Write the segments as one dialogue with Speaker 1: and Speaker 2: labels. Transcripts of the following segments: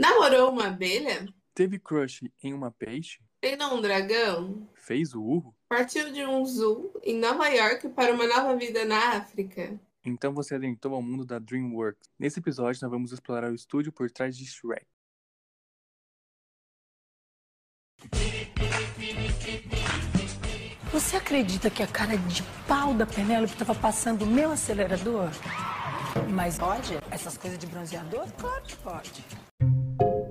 Speaker 1: Namorou uma abelha?
Speaker 2: Teve crush em uma peixe?
Speaker 1: Treinou um dragão?
Speaker 2: Fez o urro?
Speaker 1: Partiu de um zoo em Nova York para uma nova vida na África?
Speaker 2: Então você adentrou ao mundo da DreamWorks. Nesse episódio, nós vamos explorar o estúdio por trás de Shrek.
Speaker 3: Você acredita que a cara de pau da Penélope estava passando o meu acelerador? Mas pode? Essas coisas de bronzeador? Claro que pode.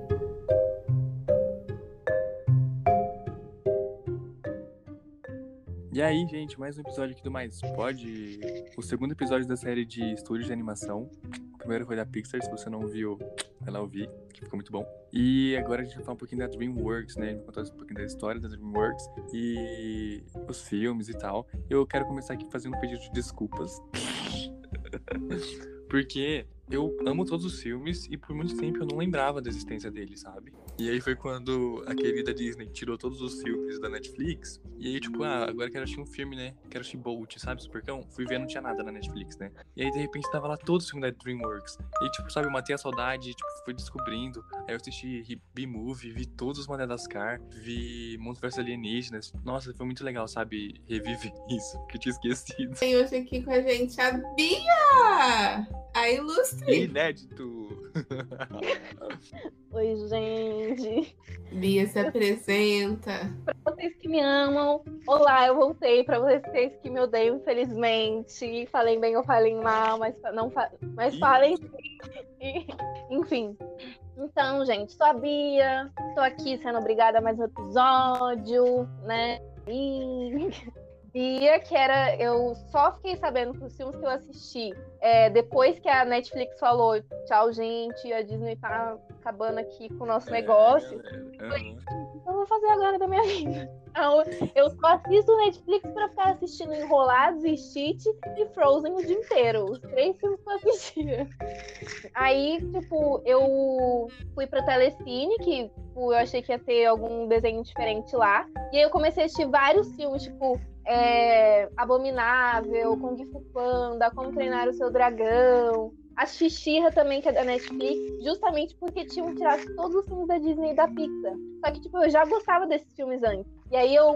Speaker 2: E aí, gente, mais um episódio aqui do Mais Pode. O segundo episódio da série de estúdios de animação. O primeiro foi da Pixar, se você não viu, vai lá ouvir, que ficou muito bom. E agora a gente vai falar um pouquinho da DreamWorks, né? Ele contar um pouquinho da história da DreamWorks e os filmes e tal. Eu quero começar aqui fazendo um pedido de desculpas. Porque eu amo todos os filmes e por muito tempo eu não lembrava da existência deles, sabe? E aí foi quando a querida Disney tirou todos os filmes da Netflix. E aí, tipo, ah, agora quero assistir um filme, né? Quero assistir Bolt, sabe? Supercão. Fui ver, não tinha nada na Netflix, né? E aí, de repente, tava lá todo o filme da DreamWorks. E, tipo, sabe, eu matei a saudade, tipo, fui descobrindo. Aí eu assisti B-Movie, vi todos os Madagascar, vi Mundo vs Alienígenas. Nossa, foi muito legal, sabe? Reviver isso, porque eu tinha esquecido.
Speaker 1: Tem hoje aqui com a gente a Bia! A ilustre
Speaker 2: Inédito!
Speaker 4: Oi, gente.
Speaker 1: Bia se apresenta.
Speaker 4: Vocês que me amam. Olá, eu voltei pra vocês que me odeiam, infelizmente. Falem bem ou falem mal, mas fa- não fa- mas
Speaker 2: Ih.
Speaker 4: falem sim. E, enfim. Então, gente, sou a Bia. Tô aqui sendo obrigada a mais um episódio, né? E... Bia, que era. Eu só fiquei sabendo que os filmes que eu assisti é, depois que a Netflix falou tchau, gente, a Disney tá acabando aqui com o nosso negócio.
Speaker 2: É, galera, aham.
Speaker 4: O que eu vou fazer agora da minha vida? Então, eu só assisto Netflix pra ficar assistindo Enrolados e Cheat e Frozen o dia inteiro. Os três filmes que eu assistia. Aí, tipo, eu fui pra Telecine, que tipo, eu achei que ia ter algum desenho diferente lá. E aí eu comecei a assistir vários filmes, tipo. é, Abominável, Kung Fu Panda, Como Treinar o Seu Dragão, a Xixirra também, que é da Netflix, justamente porque tinham tirado todos os filmes da Disney e da Pixar. Só que, tipo, eu já gostava desses filmes antes. E aí eu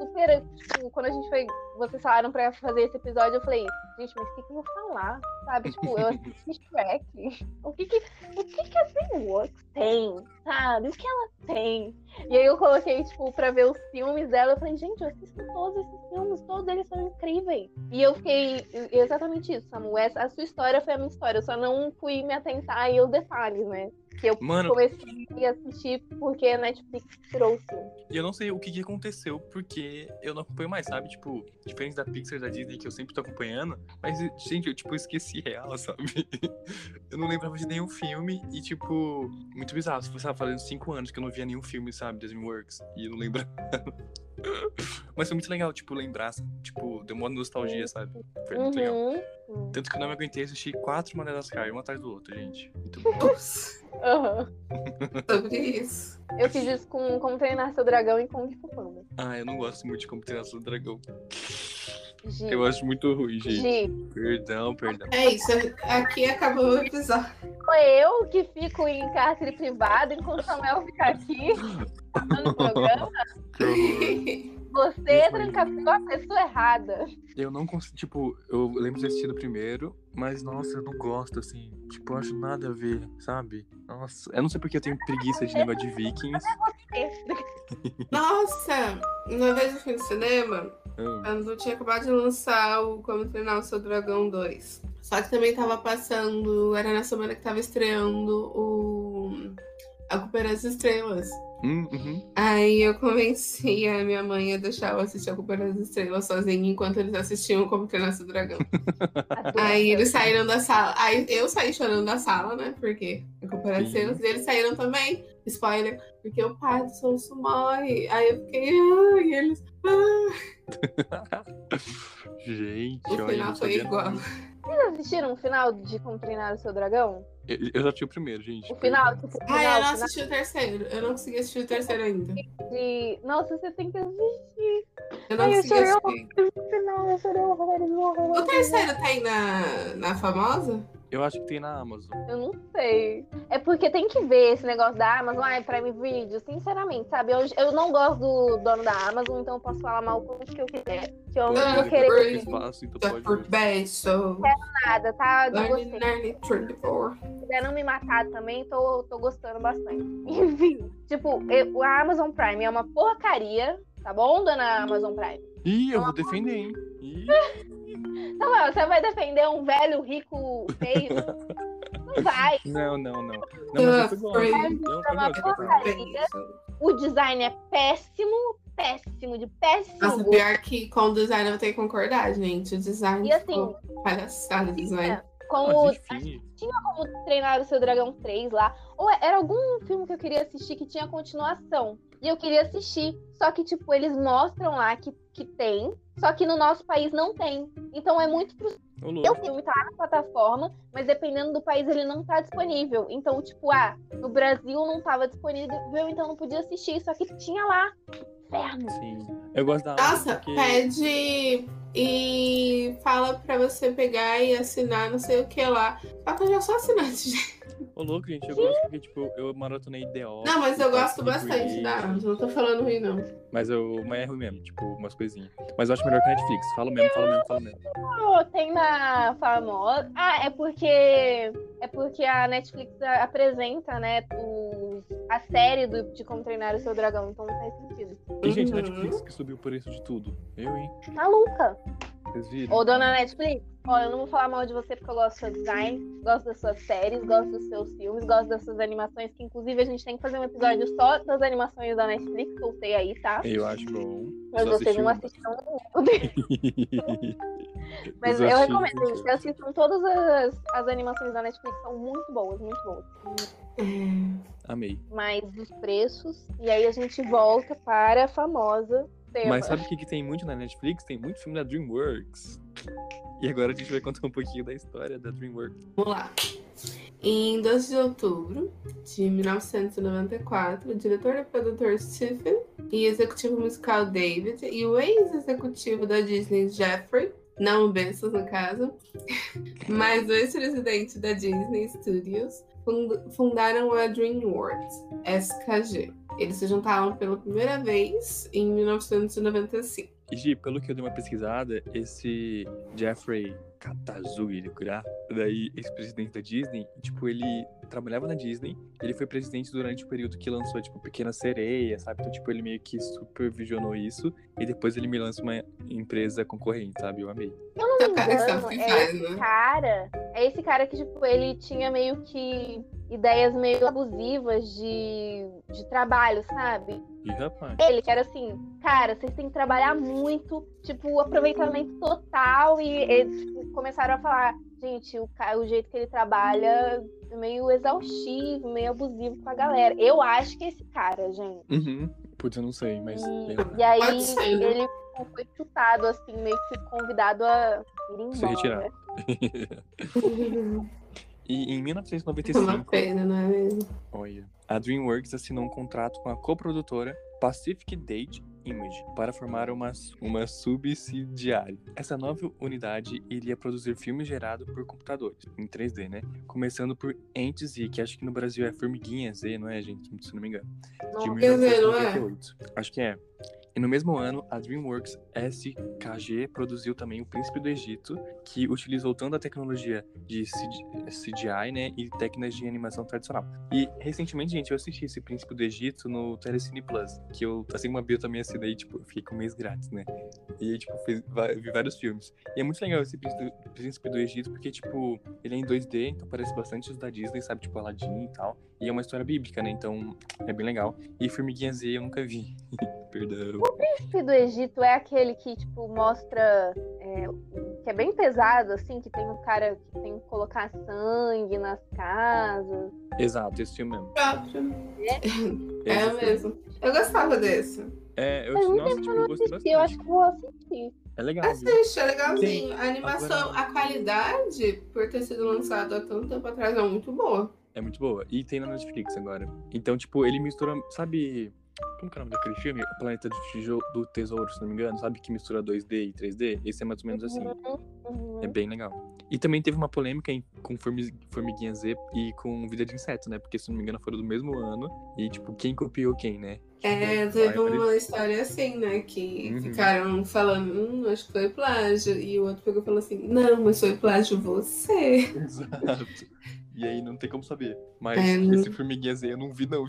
Speaker 4: super, tipo, quando a gente foi. Vocês falaram pra fazer esse episódio, eu falei, gente, mas o que, que eu vou falar? Sabe? Tipo, eu assisti Shrek. O que que, o que, que a DreamWorks tem? Sabe? O que ela tem? E aí eu coloquei, tipo, pra ver os filmes dela. Eu falei, gente, eu assisto todos esses filmes, todos eles são incríveis. E eu fiquei. e é Exatamente isso, Samu. Essa, a sua história foi a minha história. Eu só não fui me atentar aí aos detalhes, né? Que eu
Speaker 2: Mano,
Speaker 4: comecei a assistir porque a Netflix tirou o filme.
Speaker 2: E eu não sei o que, que aconteceu, porque eu não acompanho mais, sabe? Tipo, diferente da Pixar, da Disney, que eu sempre tô acompanhando. Mas, gente, eu, tipo, esqueci real, sabe? Eu não lembrava de nenhum filme. E, tipo, muito bizarro. Você tava fazendo cinco anos que eu não via nenhum filme, sabe? Da DreamWorks. E eu não lembrava. Mas foi muito legal, tipo, lembrar. sabe? Tipo, deu uma nostalgia, sabe? Foi muito legal.
Speaker 4: Uhum.
Speaker 2: Tanto que eu não me aguentei assistir quatro Madagascar, um atrás do outro, gente. Muito bom.
Speaker 1: Ups,
Speaker 4: Aham.
Speaker 1: sobre isso.
Speaker 4: Eu fiz isso com Como Treinar Seu Dragão e Kung Fu Panda.
Speaker 2: Ah, eu não gosto muito de como treinar do dragão.
Speaker 4: Gi,
Speaker 2: Eu acho muito ruim, gente.
Speaker 4: Gi,
Speaker 2: Perdão, perdão.
Speaker 1: É isso. Aqui acabou o episódio.
Speaker 4: sou eu que fico em cárcere privado enquanto o Samuel fica aqui no programa.
Speaker 2: Que horror.
Speaker 4: Você trancafiou a pessoa errada.
Speaker 2: Eu não consigo, tipo, eu lembro de assistir o primeiro, mas nossa, eu não gosto, assim. Tipo, eu acho nada a ver, sabe? Nossa, eu não sei porque eu tenho preguiça de negócio de Vikings.
Speaker 1: Nossa, uma vez eu fui no cinema,
Speaker 2: Ah,
Speaker 1: Quando tinha acabado de lançar o Como Treinar o Seu Dragão 2. Só que também tava passando, era na semana que tava estreando o A Culpa das Estrelas.
Speaker 2: hum, uhum.
Speaker 1: Aí eu convenci a minha mãe a deixar eu assistir A Culpa das Estrelas sozinha enquanto eles assistiam Como Treinar o Seu Dragão. Aí eles saíram da sala. Aí eu saí chorando da sala, né? Porque a culpa era
Speaker 2: Sim.
Speaker 1: deles. E eles saíram também. Spoiler. Porque o pai do Sonso morre. Aí eu fiquei. Ah, e eles. Ah.
Speaker 2: Gente,
Speaker 1: O
Speaker 2: olha, eu
Speaker 1: final
Speaker 2: não
Speaker 1: foi
Speaker 2: sabia
Speaker 1: igual.
Speaker 2: nada.
Speaker 4: Vocês assistiram o final de Como Treinar o Seu Dragão?
Speaker 2: Eu, eu já tinha o primeiro, gente.
Speaker 4: O final,
Speaker 2: perdão.
Speaker 4: tipo, o
Speaker 1: Ah, eu não
Speaker 4: final, o
Speaker 1: assisti o terceiro. Eu não consegui assistir o terceiro ainda.
Speaker 4: final de... Nossa, você tem que assistir.
Speaker 1: Eu não
Speaker 4: Ai, eu
Speaker 1: consegui
Speaker 4: chorei
Speaker 1: assistir.
Speaker 4: O final, eu chorei horrores, horrores.
Speaker 1: O terceiro tem na, na famosa?
Speaker 2: Eu acho que tem na Amazon.
Speaker 4: Eu não sei. É porque tem que ver esse negócio da Amazon, ah, é Prime Video, sinceramente, sabe? Eu, eu não gosto do dono da Amazon, então eu posso falar mal quanto que eu quiser. Que eu não vou
Speaker 1: Pode
Speaker 4: querer
Speaker 1: ver.
Speaker 2: Espaço, então
Speaker 1: Just
Speaker 2: pode...
Speaker 1: for bad, so.
Speaker 4: nada, tá? Eu gostei.
Speaker 1: né? 1994.
Speaker 4: quiser não me matar também, tô, tô gostando bastante. Enfim, tipo, eu- a Amazon Prime é uma porcaria, tá bom, dona Amazon Prime?
Speaker 2: Ih, eu vou defender, hein? Ih,
Speaker 4: Então, Léo, você vai defender um velho rico feio? não vai.
Speaker 2: não, não, não. Não, mas eu gosto. Eu, eu gosto.
Speaker 4: Uma
Speaker 2: eu gosto.
Speaker 4: porcaria. O design é péssimo, péssimo, de
Speaker 1: Nossa,
Speaker 4: péssimo. gosto.
Speaker 1: pior que com o design eu tenho que concordar, gente. O design.
Speaker 4: E assim, é.
Speaker 1: ficou palhaçada, o design.
Speaker 4: como
Speaker 2: Mas enfim,
Speaker 4: como treinar o seu dragão 3 lá. Ou é, era algum filme que eu queria assistir que tinha continuação. E eu queria assistir. Só que, tipo, eles mostram lá que, que tem. Só que no nosso país não tem. Então é muito frustrante.
Speaker 2: ô
Speaker 4: O
Speaker 2: louco.
Speaker 4: filme tá na plataforma, mas dependendo do país ele não tá disponível. Então, tipo, ah, no Brasil não tava disponível, então não podia assistir. Só que tinha lá. Inferno.
Speaker 2: Sim. Eu gosto da Amazon
Speaker 1: Nossa, é,
Speaker 2: porque-
Speaker 1: pede e fala pra você pegar e assinar não sei o que lá. Só que eu já sou assinante, gente.
Speaker 2: Ô, louco, gente, eu gosto porque, tipo, eu maratonei The Office,
Speaker 1: Não, mas eu gosto
Speaker 2: Parks and
Speaker 1: bastante tá? da
Speaker 2: Recreation,
Speaker 1: Amazon. Não tô falando ruim, não.
Speaker 2: Mas eu mas é ruim mesmo, tipo, umas coisinhas. Mas eu acho melhor que a Netflix. Falo mesmo, falo mesmo, falo mesmo.
Speaker 4: Pô, tem na famosa. Ah, é porque é porque a Netflix a- apresenta, né, os- a série do- de como treinar o seu dragão, então não faz sentido.
Speaker 2: E, gente,
Speaker 1: Uhum.
Speaker 2: Netflix que subiu o preço de tudo. Eu, hein?
Speaker 4: Maluca.
Speaker 2: Vocês viram?
Speaker 4: Tá Ô, dona Netflix, ó, eu não vou falar mal de você porque eu gosto do seu design, gosto das suas séries, gosto dos seus filmes, gosto das suas animações, que inclusive a gente tem que fazer um episódio só das animações da Netflix, soltei aí, tá?
Speaker 2: Eu acho bom.
Speaker 4: Mas
Speaker 2: Só
Speaker 4: vocês
Speaker 2: assisti
Speaker 4: não
Speaker 2: um.
Speaker 4: assistiram
Speaker 2: Eu
Speaker 4: Mas
Speaker 2: só
Speaker 4: eu
Speaker 2: assisti, um.
Speaker 4: recomendo,
Speaker 2: gente.
Speaker 4: gente. Assistam todas as, as animações da Netflix, são muito boas, muito boas.
Speaker 1: É,
Speaker 2: Amei.
Speaker 4: mais dos preços. E aí a gente volta para a famosa tema.
Speaker 2: Mas sabe o que, que tem muito na Netflix? Tem muito filme da DreamWorks. E agora a gente vai contar um pouquinho da história da DreamWorks.
Speaker 1: Vamos lá. Em 12 de outubro de 1994, o diretor e produtor Stephen e executivo musical David e o ex-executivo da Disney Jeffrey, não o Bezos no caso, mas o ex-presidente da Disney Studios, fund- fundaram a DreamWorks, SKG. Eles se juntaram pela primeira vez em 1995.
Speaker 2: E, Gi, pelo que eu dei uma pesquisada, esse Jeffrey Katazui Kurá, daí ex-presidente da Disney, tipo, ele trabalhava na Disney, ele foi presidente durante o período que lançou, tipo, Pequena Sereia, sabe? Então, tipo, ele meio que supervisionou isso, e depois ele me lança uma empresa concorrente, sabe? Eu amei.
Speaker 4: Se eu não me
Speaker 1: Então, cara, sabe o
Speaker 4: engano,
Speaker 1: que
Speaker 4: é
Speaker 1: faz,
Speaker 4: esse
Speaker 1: né?
Speaker 4: cara. É esse cara que, tipo, ele tinha meio que ideias meio abusivas de, de trabalho, sabe?
Speaker 2: E, rapaz,
Speaker 4: Ele que era assim, cara, vocês têm que trabalhar muito, tipo, o aproveitamento total. E eles tipo, começaram a falar, gente, o, ca- o jeito que ele trabalha é meio exaustivo, meio abusivo com a galera. Eu acho que é esse cara, gente.
Speaker 2: uhum. Putz, eu não sei, mas... um
Speaker 4: E, e aí
Speaker 1: Pode ser, né?
Speaker 4: ele foi chutado, assim, meio que convidado a ir embora. né?
Speaker 2: Se retirar. E em
Speaker 1: Uma
Speaker 2: 1995,
Speaker 1: pena, não é mesmo?
Speaker 2: Olha. A DreamWorks assinou um contrato com a coprodutora Pacific Date Image para formar uma, uma subsidiária. Essa nova unidade iria produzir filmes gerados por computadores, em 3D, né? Começando por Ant Z, que acho que no Brasil é Formiguinha Z, não é, gente? Se não me engano. De
Speaker 4: Não,
Speaker 1: quer dizer, não é?
Speaker 2: 1998. Acho que é. E no mesmo ano, a DreamWorks SKG produziu também O Príncipe do Egito, que utilizou tanto a tecnologia de CG CGI, né, e técnicas de animação tradicional. E recentemente, gente, eu assisti esse Príncipe do Egito no Telecine Plus, que eu, assim como a Bia, eu também assinei, tipo, eu fiquei com um mês grátis, né? E aí, tipo, fez, va- vi vários filmes. E é muito legal esse Príncipe do, Príncipe do Egito, porque, tipo, ele é em 2D, então parece bastante os da Disney, sabe? Tipo, Aladdin e tal. E é uma história bíblica, né? Então, é bem legal. E Formiguinha Z eu nunca vi. Perdão.
Speaker 4: O príncipe do Egito é aquele que, tipo, mostra... é, que é bem pesado, assim, que tem um cara que tem que colocar sangue nas casas.
Speaker 2: Exato, esse filme mesmo.
Speaker 1: próprio.
Speaker 2: Esse
Speaker 1: É
Speaker 2: filme.
Speaker 1: mesmo. Eu gostava desse.
Speaker 2: É, eu,
Speaker 4: Faz muito
Speaker 2: nossa, tipo, eu gostei
Speaker 4: Assisti, eu acho
Speaker 2: bastante.
Speaker 4: que vou assistir.
Speaker 2: É legal, viu?
Speaker 1: Assiste, é legalzinho.
Speaker 2: Sim.
Speaker 1: A animação, a qualidade, por ter sido lançado há tanto tempo atrás, é muito boa.
Speaker 2: É muito boa. E tem na Netflix agora. Então, tipo, ele mistura, sabe, Como que é o nome daquele filme? Planeta do, Tijo- do Tesouro, se não me engano, sabe? Que mistura 2D e 3D? Esse é mais ou menos assim.
Speaker 4: Uhum.
Speaker 2: É bem legal. E também teve uma polêmica em- com formi- Formiguinha Z e com Vida de Inseto, né? Porque, se não me engano, foram do mesmo ano. E, tipo, quem copiou quem, né?
Speaker 1: É,
Speaker 2: Tipo,
Speaker 1: teve
Speaker 2: vai, pare-
Speaker 1: uma história assim, né? Que
Speaker 2: Uhum.
Speaker 1: ficaram falando, hum, acho que foi plágio. E o outro pegou e falou assim, não, mas foi plágio você.
Speaker 2: Exato. E aí não tem como saber. Mas
Speaker 1: É, não-
Speaker 2: esse Formiguinha Z eu não vi, não.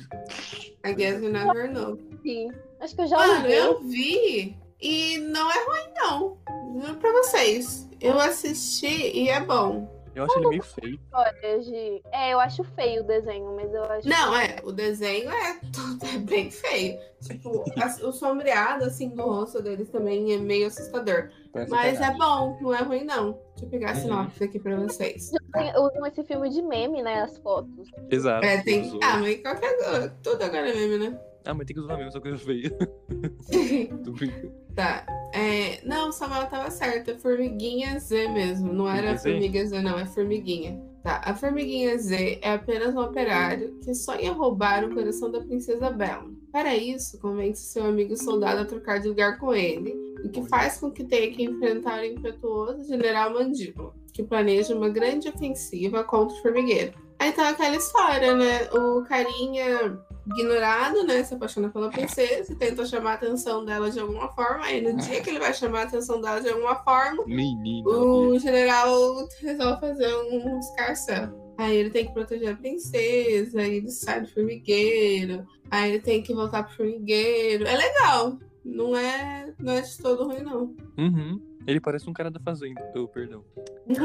Speaker 1: I guess you never know.
Speaker 4: Sim. Acho que eu já
Speaker 1: Mano,
Speaker 4: olhei.
Speaker 1: eu vi e não é ruim, não. Juro pra vocês. Eu assisti e é bom.
Speaker 2: Eu acho ele meio feio.
Speaker 4: Olha, Gi. É, eu acho feio o desenho, mas eu acho.
Speaker 1: Não, é, o desenho é, todo- é bem feio. Tipo, a- o sombreado, assim, do rosto deles também é meio assustador.
Speaker 2: parece
Speaker 1: Mas é Uhum.
Speaker 2: caralho.
Speaker 1: bom, não é ruim, não. Deixa eu pegar a sinopse aqui pra vocês.
Speaker 4: Tem- Usam esse filme de meme, né? As fotos.
Speaker 2: Exato.
Speaker 1: É, tem.
Speaker 2: Usou.
Speaker 1: Ah, mas qualquer coisa. Tudo agora é meme, né?
Speaker 2: Ah, mas tem que usar mesmo essa coisa feia. Tô brincando.
Speaker 1: tá. É, não, Samuel tava certa. é Formiguinha Z mesmo. Não era
Speaker 2: Formiguinha Z?
Speaker 1: formiga Z, não. É formiguinha. Tá. A formiguinha Z é apenas um operário que sonha roubar o coração da princesa Belle. Para isso, convence seu amigo soldado a trocar de lugar com ele, o que faz com que tenha que enfrentar o impetuoso general Mandíbula, que planeja uma grande ofensiva contra o formigueiro. Aí tá aquela história, né? O carinha ignorado, né? Se apaixona pela princesa e tenta chamar a atenção dela de alguma forma. Aí
Speaker 2: É.
Speaker 1: no dia que ele vai chamar a atenção dela de alguma forma,
Speaker 2: Menino.
Speaker 1: o general resolve fazer um escarcel. Aí ele tem que proteger a princesa, aí ele sai do formigueiro, aí ele tem que voltar pro formigueiro. É legal. Não é, não é de todo ruim, não.
Speaker 2: Uhum. Ele parece um cara da Fazenda. Oh, perdão.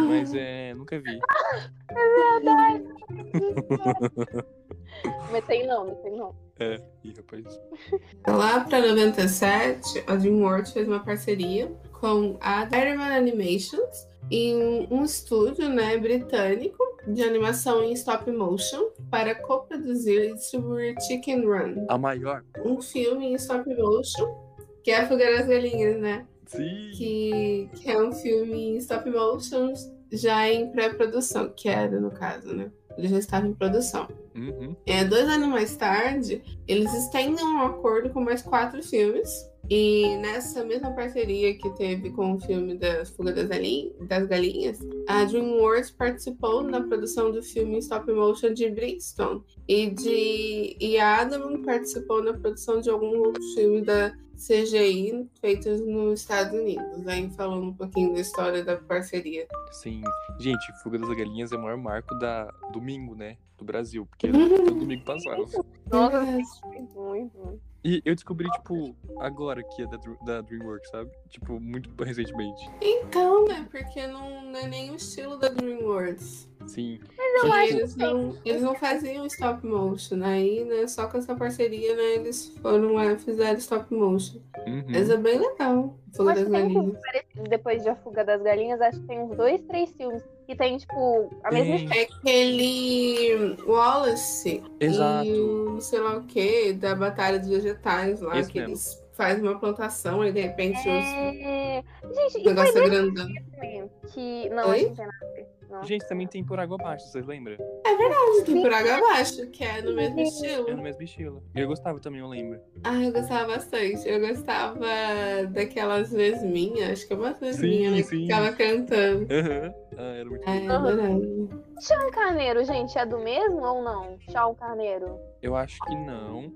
Speaker 2: Mas é. Nunca vi.
Speaker 4: Mas tem nome, tem nome.
Speaker 2: Ih, rapaz.
Speaker 1: Então, Lá pra 97, a DreamWorks fez uma parceria com a Diamond Animations em um estúdio né, britânico de animação em stop motion para coproduzir e distribuir Chicken Run.
Speaker 2: A maior.
Speaker 1: um filme em stop motion, que é a Fuga das Galinhas, né?
Speaker 2: Sim.
Speaker 1: Que, que é um filme em stop motion já em pré-produção, que era no caso, né? Ele já estava em produção.
Speaker 2: Uhum.
Speaker 1: É, dois anos mais tarde, eles estendem um acordo com mais quatro filmes. E nessa mesma parceria que teve com o filme da Fuga das, Galin- das Galinhas, a DreamWorks participou na produção do filme em stop motion de Brixton. E, de, e a Adamant participou na produção de algum outro filme da CGI feitos nos Estados Unidos. Aí falando um pouquinho da história da parceria.
Speaker 2: Sim. Gente, Fuga das Galinhas é o maior marco da domingo, né? Do Brasil. Porque era todo domingo passava.
Speaker 4: Nossa, muito, muito.
Speaker 2: E eu descobri, tipo, agora que é da, Dr- da Dreamworks, sabe? Tipo, muito recentemente.
Speaker 1: Então, né? Porque não, não é nem o estilo da DreamWorks.
Speaker 2: Sim.
Speaker 4: eu
Speaker 2: Só
Speaker 4: acho
Speaker 2: que-
Speaker 1: Eles
Speaker 4: assim,
Speaker 1: não, eles não faziam stop motion, aí, né? Só com essa parceria, né? Eles foram lá e fizeram stop motion.
Speaker 2: Uhum.
Speaker 1: Mas é bem legal. Fuga
Speaker 4: Mas
Speaker 1: das
Speaker 4: tem um
Speaker 1: Galinhas.
Speaker 4: Depois de A Fuga das Galinhas, acho que tem uns dois, três filmes que tem, tipo, a mesma
Speaker 2: Tem.
Speaker 1: É aquele Wallace e
Speaker 2: Exato.
Speaker 1: o sei lá o que da Batalha dos Vegetais lá,
Speaker 2: Isso
Speaker 1: que
Speaker 2: mesmo.
Speaker 1: eles fazem uma plantação e de repente os
Speaker 4: É... Gente,
Speaker 1: o
Speaker 4: e foi
Speaker 1: negócio é
Speaker 4: nesse
Speaker 1: grandão.
Speaker 4: filme que. Não,
Speaker 1: Oi?
Speaker 4: acho que não tem nada a ver. Não.
Speaker 2: Gente, também tem Por Água Abaixo, vocês lembram?
Speaker 1: Tem por água abaixo, que é no mesmo
Speaker 2: É no
Speaker 1: estilo.
Speaker 2: mesmo estilo. E eu gostava também, eu lembro.
Speaker 1: Ah, eu gostava bastante. Eu gostava daquelas lesminhas, acho que é uma lesminha,
Speaker 2: Sim,
Speaker 1: né?
Speaker 2: sim.
Speaker 1: Que ficava cantando.
Speaker 2: Aham. Ah, era muito...
Speaker 1: Ai, eu adorava.
Speaker 4: Chão Carneiro, gente, é do mesmo ou não? Chão Carneiro.
Speaker 2: Eu acho que não,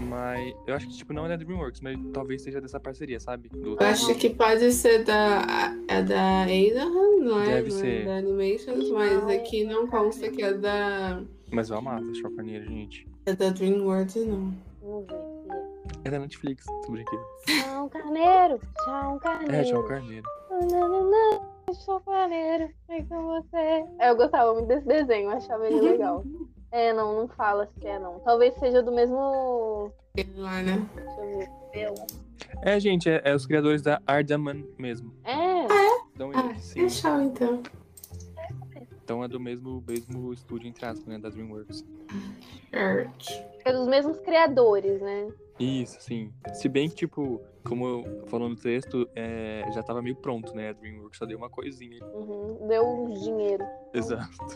Speaker 2: mas... Eu acho que, tipo, não é da Dreamworks, mas talvez seja dessa parceria, sabe? Do...
Speaker 1: Eu acho que pode ser da, é da Aidahan, não é?
Speaker 2: Deve
Speaker 1: Não é
Speaker 2: ser.
Speaker 1: Da Animations, mas
Speaker 4: Ai,
Speaker 1: aqui não consta que é da,
Speaker 2: Mas eu amava essa Carneiro, gente.
Speaker 1: é da DreamWorks, não.
Speaker 4: Vamos ver aqui.
Speaker 2: É da Netflix, tô brincando.
Speaker 4: Chão Carneiro, Chão Carneiro.
Speaker 2: É, João Carneiro.
Speaker 4: Nananã, Chão Carneiro, é com você. É, Eu gostava muito desse desenho, eu achava ele legal. É, não, não fala se é, não. Talvez seja do mesmo.
Speaker 1: Ele lá, né?
Speaker 4: Deixa eu ver.
Speaker 2: É, gente, é, é os criadores da Ardaman mesmo.
Speaker 4: É,
Speaker 2: Então,
Speaker 1: Ah,
Speaker 2: eles, sim.
Speaker 1: é show, então.
Speaker 2: Então é do mesmo, mesmo estúdio, entre aspas, né? Da DreamWorks.
Speaker 1: Certo.
Speaker 4: pelos é mesmos criadores, né?
Speaker 2: Isso, sim. Se bem que, tipo, como eu falou no texto, é, já tava meio pronto, né? A DreamWorks só deu uma coisinha.
Speaker 4: Uhum, deu um dinheiro.
Speaker 2: Exato.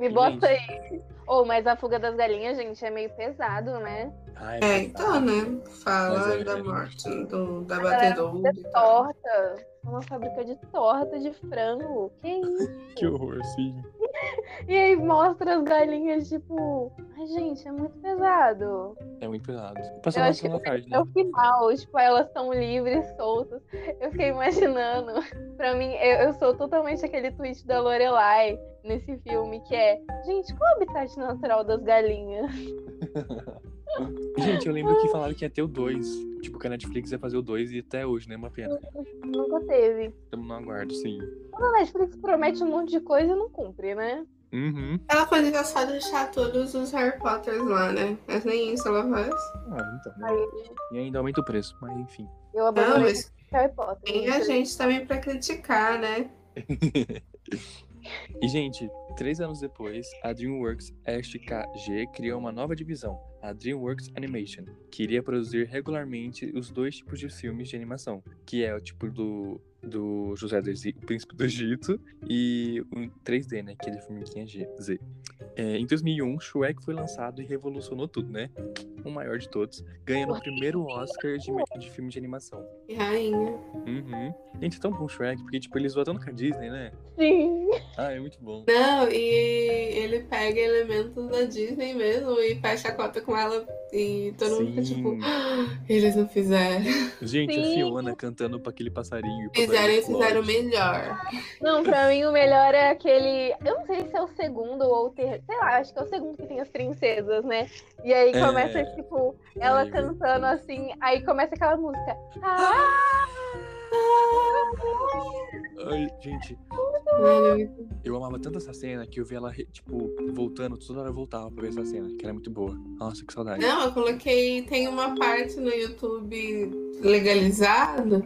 Speaker 4: Me bota aí. Ô, mas a fuga das galinhas, gente, é meio pesado, né?
Speaker 2: Ai,
Speaker 1: É,
Speaker 2: mas-
Speaker 1: então, né? Fala
Speaker 2: Mas é-
Speaker 1: da morte do, é da
Speaker 4: galera
Speaker 1: batedoura. e tal.
Speaker 4: É Torta. É Uma fábrica de torta de frango. Que isso?
Speaker 2: Que horror, sim.
Speaker 4: E aí mostra as galinhas, tipo. Ai, gente, é muito pesado.
Speaker 2: É muito pesado. Passou na
Speaker 4: acho que
Speaker 2: segunda tarde, né?
Speaker 4: É o final, tipo, elas estão livres, soltas. Eu fiquei imaginando. Pra mim, eu, eu sou totalmente aquele tweet da Lorelai nesse filme, que é, gente, qual o habitat natural das galinhas?
Speaker 2: Gente, eu lembro que falaram que ia ter o 2. Tipo, que a Netflix ia fazer o 2 e até hoje, né? Uma pena.
Speaker 4: Nunca teve.
Speaker 2: Estamos no aguardo, sim.
Speaker 4: Quando a Netflix promete um monte de coisa e não cumpre, né?
Speaker 2: Uhum.
Speaker 1: Ela poderia só deixar todos os Harry Potters lá, né? Mas nem isso ela faz.
Speaker 2: Ah, então. né?
Speaker 4: Aí
Speaker 2: E ainda aumenta o preço, mas enfim.
Speaker 4: eu
Speaker 1: Não,
Speaker 4: abandonei
Speaker 1: mas
Speaker 4: Harry Potter. então.
Speaker 1: tem a gente também pra criticar, né?
Speaker 2: E, gente, três anos depois, a DreamWorks SKG criou uma nova divisão, a DreamWorks Animation, que iria produzir regularmente os dois tipos de filmes de animação, que é o tipo do, do José do Egito, o Príncipe do Egito, e o 3D, né, aquele formiquinha G, Z. É, em 2001, Shrek foi lançado e revolucionou tudo, né? O maior de todos, ganhando o primeiro Oscar de, me- de filme de animação.
Speaker 1: E rainha.
Speaker 2: Uhum. Gente, é tão bom Shrek, porque, tipo, eles zoam com a Disney, né?
Speaker 4: Sim.
Speaker 2: Ah, é muito bom.
Speaker 1: Não, e ele pega elementos da Disney mesmo e fecha a cota com ela. E todo mundo fica
Speaker 2: Sim.
Speaker 1: tipo, "Ah, eles não fizeram.
Speaker 2: Gente, a
Speaker 4: Sim.
Speaker 2: Fiona cantando pra aquele passarinho. e o
Speaker 1: Fizeram e
Speaker 2: passarinho
Speaker 1: fizeram
Speaker 2: explode.
Speaker 1: melhor.
Speaker 4: Não, pra mim o melhor é aquele. Eu não sei se é o segundo ou o terceiro. Sei lá, acho que é o segundo que tem as princesas, né? E aí
Speaker 2: É.
Speaker 4: começa, tipo, ela
Speaker 2: Aí,
Speaker 4: cantando assim, aí começa aquela música. Ah,
Speaker 2: Ai, gente,
Speaker 1: Mano,
Speaker 2: eu amava tanto essa cena que eu vi ela, re- tipo, voltando, toda hora eu voltava pra ver essa cena, que era muito boa. Nossa, que saudade.
Speaker 1: Não, eu coloquei. Tem uma parte no YouTube legalizado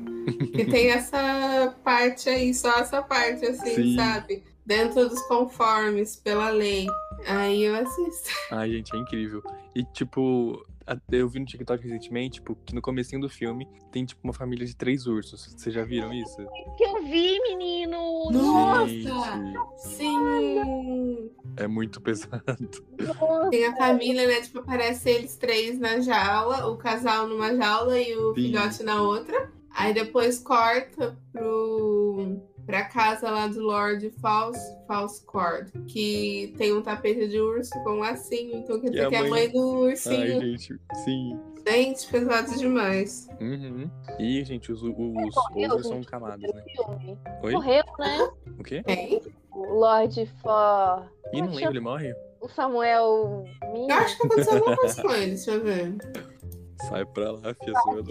Speaker 1: que tem essa parte aí, só essa parte, assim,
Speaker 2: Sim.
Speaker 1: sabe? Dentro dos conformes, pela lei. Aí eu assisto.
Speaker 2: Ai, gente, é incrível. E, tipo, a- eu vi no TikTok recentemente, tipo, que no comecinho do filme tem, tipo, uma família de três ursos. Vocês já viram isso?
Speaker 4: que eu vi, menino!
Speaker 1: Nossa!
Speaker 2: Gente,
Speaker 1: Sim!
Speaker 2: é muito pesado.
Speaker 4: Nossa!
Speaker 1: Tem a família, né? Tipo, aparece eles três na jaula, o casal numa jaula e o
Speaker 2: Sim.
Speaker 1: filhote na outra. Aí depois corta pro, pra casa lá do Lord False, False Cord, que tem um tapete de urso com um lacinho. Então quer
Speaker 2: E
Speaker 1: dizer
Speaker 2: a
Speaker 1: que é a
Speaker 2: mãe-
Speaker 1: mãe do
Speaker 2: Ai,
Speaker 1: ursinho.
Speaker 2: gente, sim.
Speaker 1: Gente, pesado demais.
Speaker 2: Uhum. E, gente, os, os, os
Speaker 4: Morreu,
Speaker 2: ovos são
Speaker 4: gente,
Speaker 2: camadas,
Speaker 4: no
Speaker 2: né?
Speaker 4: filme.
Speaker 2: Oi?
Speaker 4: Morreu, né?
Speaker 2: O quê?
Speaker 1: Tem?
Speaker 4: O Lorde For.
Speaker 2: Ih, não lembro, ele morre?
Speaker 4: O Samuel
Speaker 1: Eu
Speaker 4: Minha,
Speaker 1: acho que aconteceu alguma coisa com ele, deixa eu ver.
Speaker 2: Sai pra lá, fia sua doida.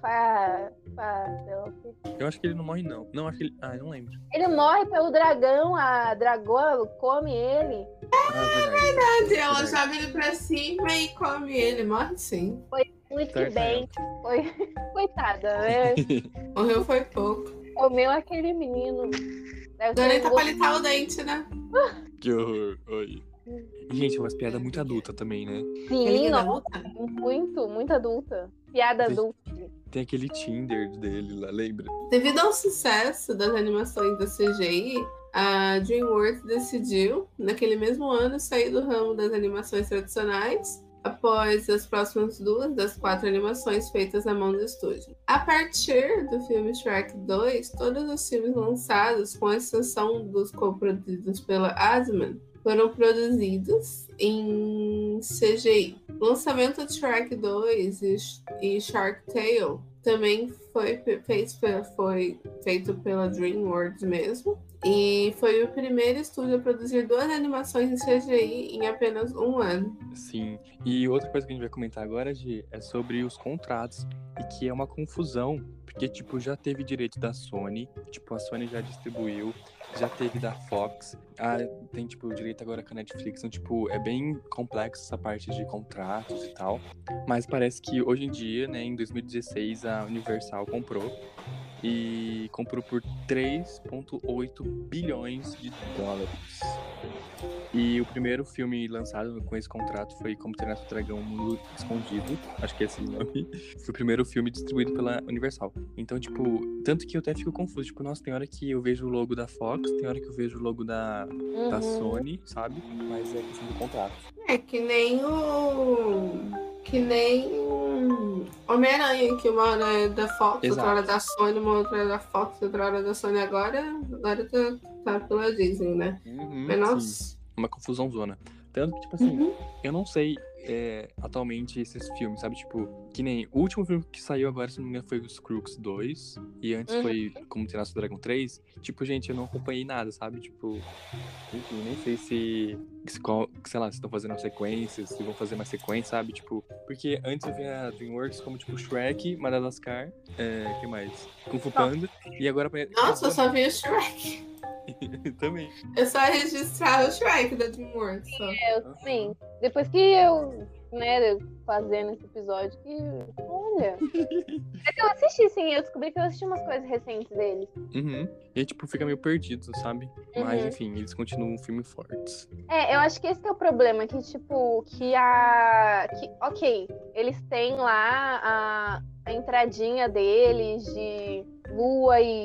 Speaker 4: fa- fa- sei lá o quê.
Speaker 2: Eu acho que ele não morre, não. Não, acho que ele. Ah, eu não lembro.
Speaker 4: ele morre pelo dragão, a dragoa come ele.
Speaker 2: Ah, verdade.
Speaker 1: Ela joga ele pra cima e come ele. Morre sim.
Speaker 4: Muito
Speaker 2: Certo,
Speaker 4: bem. Foi... Coitada, né? É
Speaker 1: Morreu foi pouco.
Speaker 4: Comeu aquele menino. Deve ter
Speaker 1: Dorei tá
Speaker 4: um gosto-
Speaker 1: palitar o dente, né?
Speaker 2: Que horror. Oi. E, Gente, é umas piadas muito adulta também, né?
Speaker 1: Ele
Speaker 4: Sim,
Speaker 1: é da
Speaker 4: nossa,
Speaker 1: luta.
Speaker 4: muito, muito adulta. Piada
Speaker 2: Vocês-
Speaker 4: adulta.
Speaker 2: Tem aquele Tinder dele lá, lembra?
Speaker 1: Devido ao sucesso das animações da CGI, a DreamWorks decidiu, naquele mesmo ano, sair do ramo das animações tradicionais, após as próximas duas das quatro animações feitas na mão do estúdio. A partir do filme Shrek 2, todos os filmes lançados, com exceção dos coproduzidos pela Asman, foram produzidos em CGI. O lançamento de Shrek 2 e, e Shark Tale também foi, pe- fez, pe- foi feito pela DreamWorks mesmo. E foi o primeiro estúdio a produzir duas animações em CGI em apenas um ano.
Speaker 2: Sim. E outra coisa que a gente vai comentar agora, Gi, é sobre os contratos. E que é uma confusão. Porque, tipo, já teve direito da Sony. Tipo, a Sony já distribuiu. já teve da Fox. Ah, tem, tipo, direito agora com a Netflix. Então, tipo, é bem complexo essa parte de contratos e tal. Mas parece que hoje em dia, né, em 2016, a Universal comprou. E comprou por 3,8 bilhões de dólares. E o primeiro filme lançado com esse contrato foi Como Treinar Seu Dragão Mundo Escondido, acho que é esse o nome. Foi o primeiro filme distribuído pela Universal. Então, tipo, tanto que eu até fico confuso. Tipo, nossa, tem hora que eu vejo o logo da Fox, tem hora que eu vejo o logo da,
Speaker 1: tá
Speaker 2: da
Speaker 4: Uhum.
Speaker 2: Sony, sabe? Mas é questão do contrato.
Speaker 1: É que nem o. Que nem Homem-Aranha, que uma hora é da Fox,
Speaker 2: Exato.
Speaker 1: outra hora é da Sony, uma outra é da Fox, outra hora é da Sony agora. Agora tá, tá pela Disney, né?
Speaker 2: Uhum,
Speaker 1: Mas nossa.
Speaker 2: Uma confusão zona. Tanto que, tipo assim,
Speaker 1: Uhum.
Speaker 2: eu não sei é, atualmente esses filmes, sabe? Tipo, que nem o último filme que saiu agora, se não me engano, foi os Crooks 2. E antes
Speaker 4: Uhum.
Speaker 2: foi Como Treinar Seu Dragão 3. Tipo, gente, eu não acompanhei nada, sabe? Tipo, enfim, nem sei se, se qual- sei lá, se estão fazendo sequências, se vão fazer mais sequência, sabe? Tipo, porque antes eu via a DreamWorks como, tipo, Shrek, Madagascar, é, que mais? Kung Fu Panda. E agora... parece-
Speaker 1: Nossa, eu só vi o Shrek.
Speaker 2: Também.
Speaker 1: Eu só registrava o Shrek da DreamWorks. só.
Speaker 4: É, eu também. Depois que eu, né, eu fazendo esse episódio, que. Olha. É que eu assisti, sim, eu descobri que eu assisti umas coisas recentes deles.
Speaker 2: Uhum. E aí, tipo, fica meio perdido, sabe? Mas
Speaker 4: Uhum.
Speaker 2: enfim, eles continuam um filme fortes.
Speaker 4: É, eu acho que esse que é o problema, que tipo, que a. Que, ok, eles têm lá a, a entradinha deles de lua e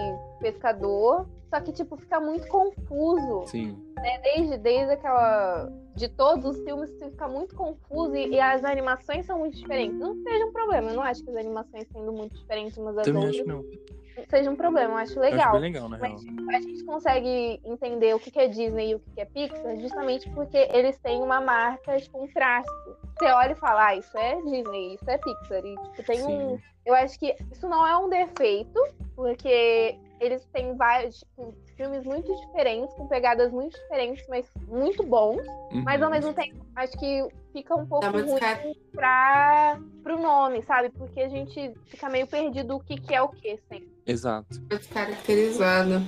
Speaker 4: pescador. Só que, tipo, fica muito confuso.
Speaker 2: Sim.
Speaker 4: né? Desde, desde aquela. De todos os filmes, isso fica muito confuso e, e as animações são muito diferentes. Não que seja um problema, eu não acho que as animações sendo muito diferentes umas das
Speaker 2: Também
Speaker 4: outras
Speaker 2: acho que não.
Speaker 4: seja um problema, eu acho
Speaker 2: Eu acho
Speaker 4: Tá legal.
Speaker 2: bem legal, na real.
Speaker 4: Mas a gente consegue entender o que que é Disney e o que que é Pixar justamente porque eles têm uma marca de contraste. Você olha e fala, ah, isso é Disney, isso é Pixar. E tipo, tem um.
Speaker 2: Sim.
Speaker 4: Eu acho que isso não é um defeito, porque eles têm vários tipo, filmes muito diferentes, com pegadas muito diferentes, mas muito bons. Mas ao
Speaker 2: Uhum.
Speaker 4: mesmo tempo, acho que fica um pouco
Speaker 1: Dá uma
Speaker 4: ruim
Speaker 1: desca-
Speaker 4: pra, pro nome, sabe? Porque a gente fica meio perdido o que, que é o que, sempre.
Speaker 2: Exato.
Speaker 1: uma descaracterizada.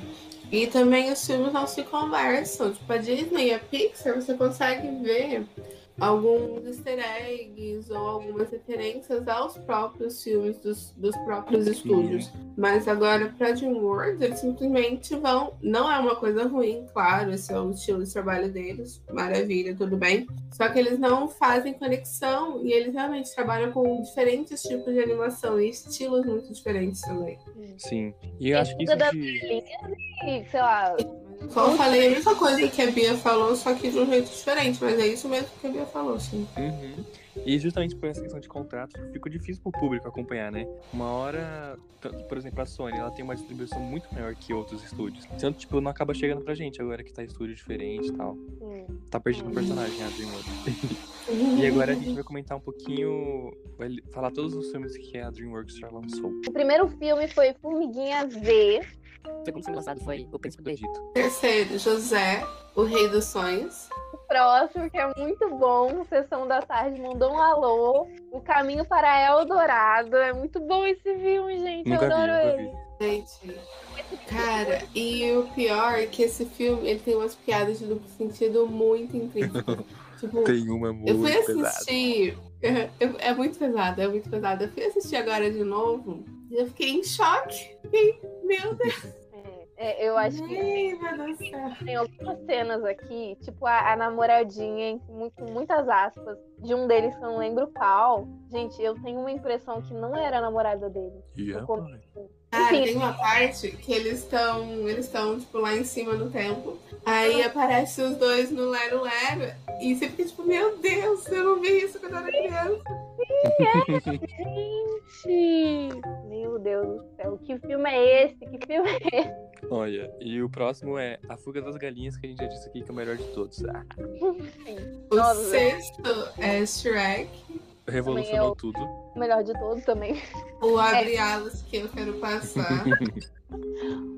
Speaker 1: E também os filmes não se conversam. Tipo, a Disney e a Pixar, você consegue ver alguns easter eggs ou algumas referências aos próprios filmes dos, dos próprios estúdios. Mas agora, pra DreamWorks, eles simplesmente vão... Não é uma coisa ruim, claro, esse é o estilo de trabalho deles. Maravilha, tudo bem. Só que eles não fazem conexão e eles realmente trabalham com diferentes tipos de animação e estilos muito diferentes também.
Speaker 2: Sim. E eu acho que isso
Speaker 4: Tudo
Speaker 2: de...
Speaker 4: E, sei lá,
Speaker 1: Como eu falei, é a mesma coisa que a Bia falou, só que de um jeito diferente, mas é isso mesmo que a Bia falou, sim.
Speaker 2: Uhum. E justamente por essa questão de contrato, fica difícil pro público acompanhar, né? Uma hora, t- por exemplo, a Sony, ela tem uma distribuição muito maior que outros estúdios. Tanto, tipo, não acaba chegando pra gente agora que tá estúdio diferente e tal.
Speaker 4: assim,
Speaker 2: Tá perdendo o personagem, a DreamWorks. E agora a gente vai comentar um pouquinho, vai falar todos os filmes que a DreamWorks já lançou.
Speaker 4: o primeiro filme foi Formiguinha V.
Speaker 2: O segundo filme lançado foi O Príncipe do Egito.
Speaker 1: Terceiro, José, o Rei dos Sonhos.
Speaker 4: O próximo, que é muito bom, Sessão da Tarde mandou um alô. O Caminho para Eldorado. É muito bom esse filme, gente.
Speaker 2: Nunca
Speaker 4: eu
Speaker 2: vi,
Speaker 4: adoro
Speaker 2: nunca
Speaker 4: ele.
Speaker 2: vi.
Speaker 1: Gente, cara, e o pior é que esse filme ele tem umas piadas de duplo sentido muito intrínsecas. tipo,
Speaker 2: Tem uma muito
Speaker 1: Eu fui
Speaker 2: pesada.
Speaker 1: assistir. É, eu- é muito pesado, é muito pesado. Eu fui assistir agora de novo e eu fiquei em choque. Fiquei, meu Deus,
Speaker 4: É, eu acho que
Speaker 1: Ai, meu Deus do céu.
Speaker 4: tem algumas cenas aqui, tipo a, a namoradinha, em- mu- com muitas aspas, de um deles que eu não lembro qual. Gente, eu tenho uma impressão que não era a namorada dele.
Speaker 2: Yeah,
Speaker 4: Ficou-
Speaker 2: boy.
Speaker 1: Cara,
Speaker 4: Enfim.
Speaker 1: tem uma parte que eles estão, eles estão tipo lá em cima no tempo. Aí
Speaker 4: Ah.
Speaker 1: aparece os dois no Lero Lero e você fica tipo, meu Deus, eu não vi isso quando eu era criança.
Speaker 4: Gente! Meu Deus do céu, que filme é esse? Que filme é
Speaker 2: Olha, e o próximo é A Fuga das Galinhas, que a gente já disse aqui que é o melhor de todos. Ah,
Speaker 4: esse?
Speaker 1: O
Speaker 4: Nossa.
Speaker 1: sexto é Shrek,
Speaker 2: revolucionou tudo.
Speaker 4: O melhor de todos também.
Speaker 1: o
Speaker 4: É.
Speaker 1: Abre Alas que eu quero passar.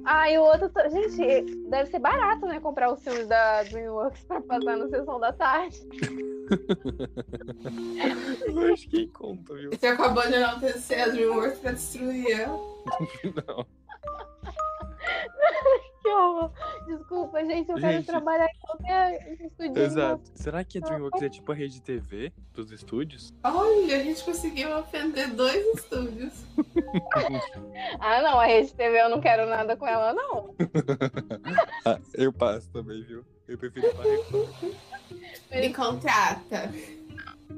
Speaker 4: Ah, e o outro. to- Gente, deve ser barato, né? Comprar os filmes da Dreamworks pra passar na sessão da tarde.
Speaker 2: Eu acho que conta, viu?
Speaker 1: Você acabou de enaltecer a DreamWorks pra destruir ela.
Speaker 2: Não.
Speaker 4: que horror. Desculpa, gente, eu quero
Speaker 2: Gente.
Speaker 4: trabalhar em qualquer estudinho.
Speaker 2: Exato. Será que a DreamWorks é tipo a rede TV dos estúdios?
Speaker 1: Olha, a gente conseguiu ofender dois estúdios.
Speaker 4: Ah, não, a Rede TV eu não quero nada com ela, não.
Speaker 2: Ah, eu passo também, viu? Eu prefiro pra Record.
Speaker 1: Me contrata.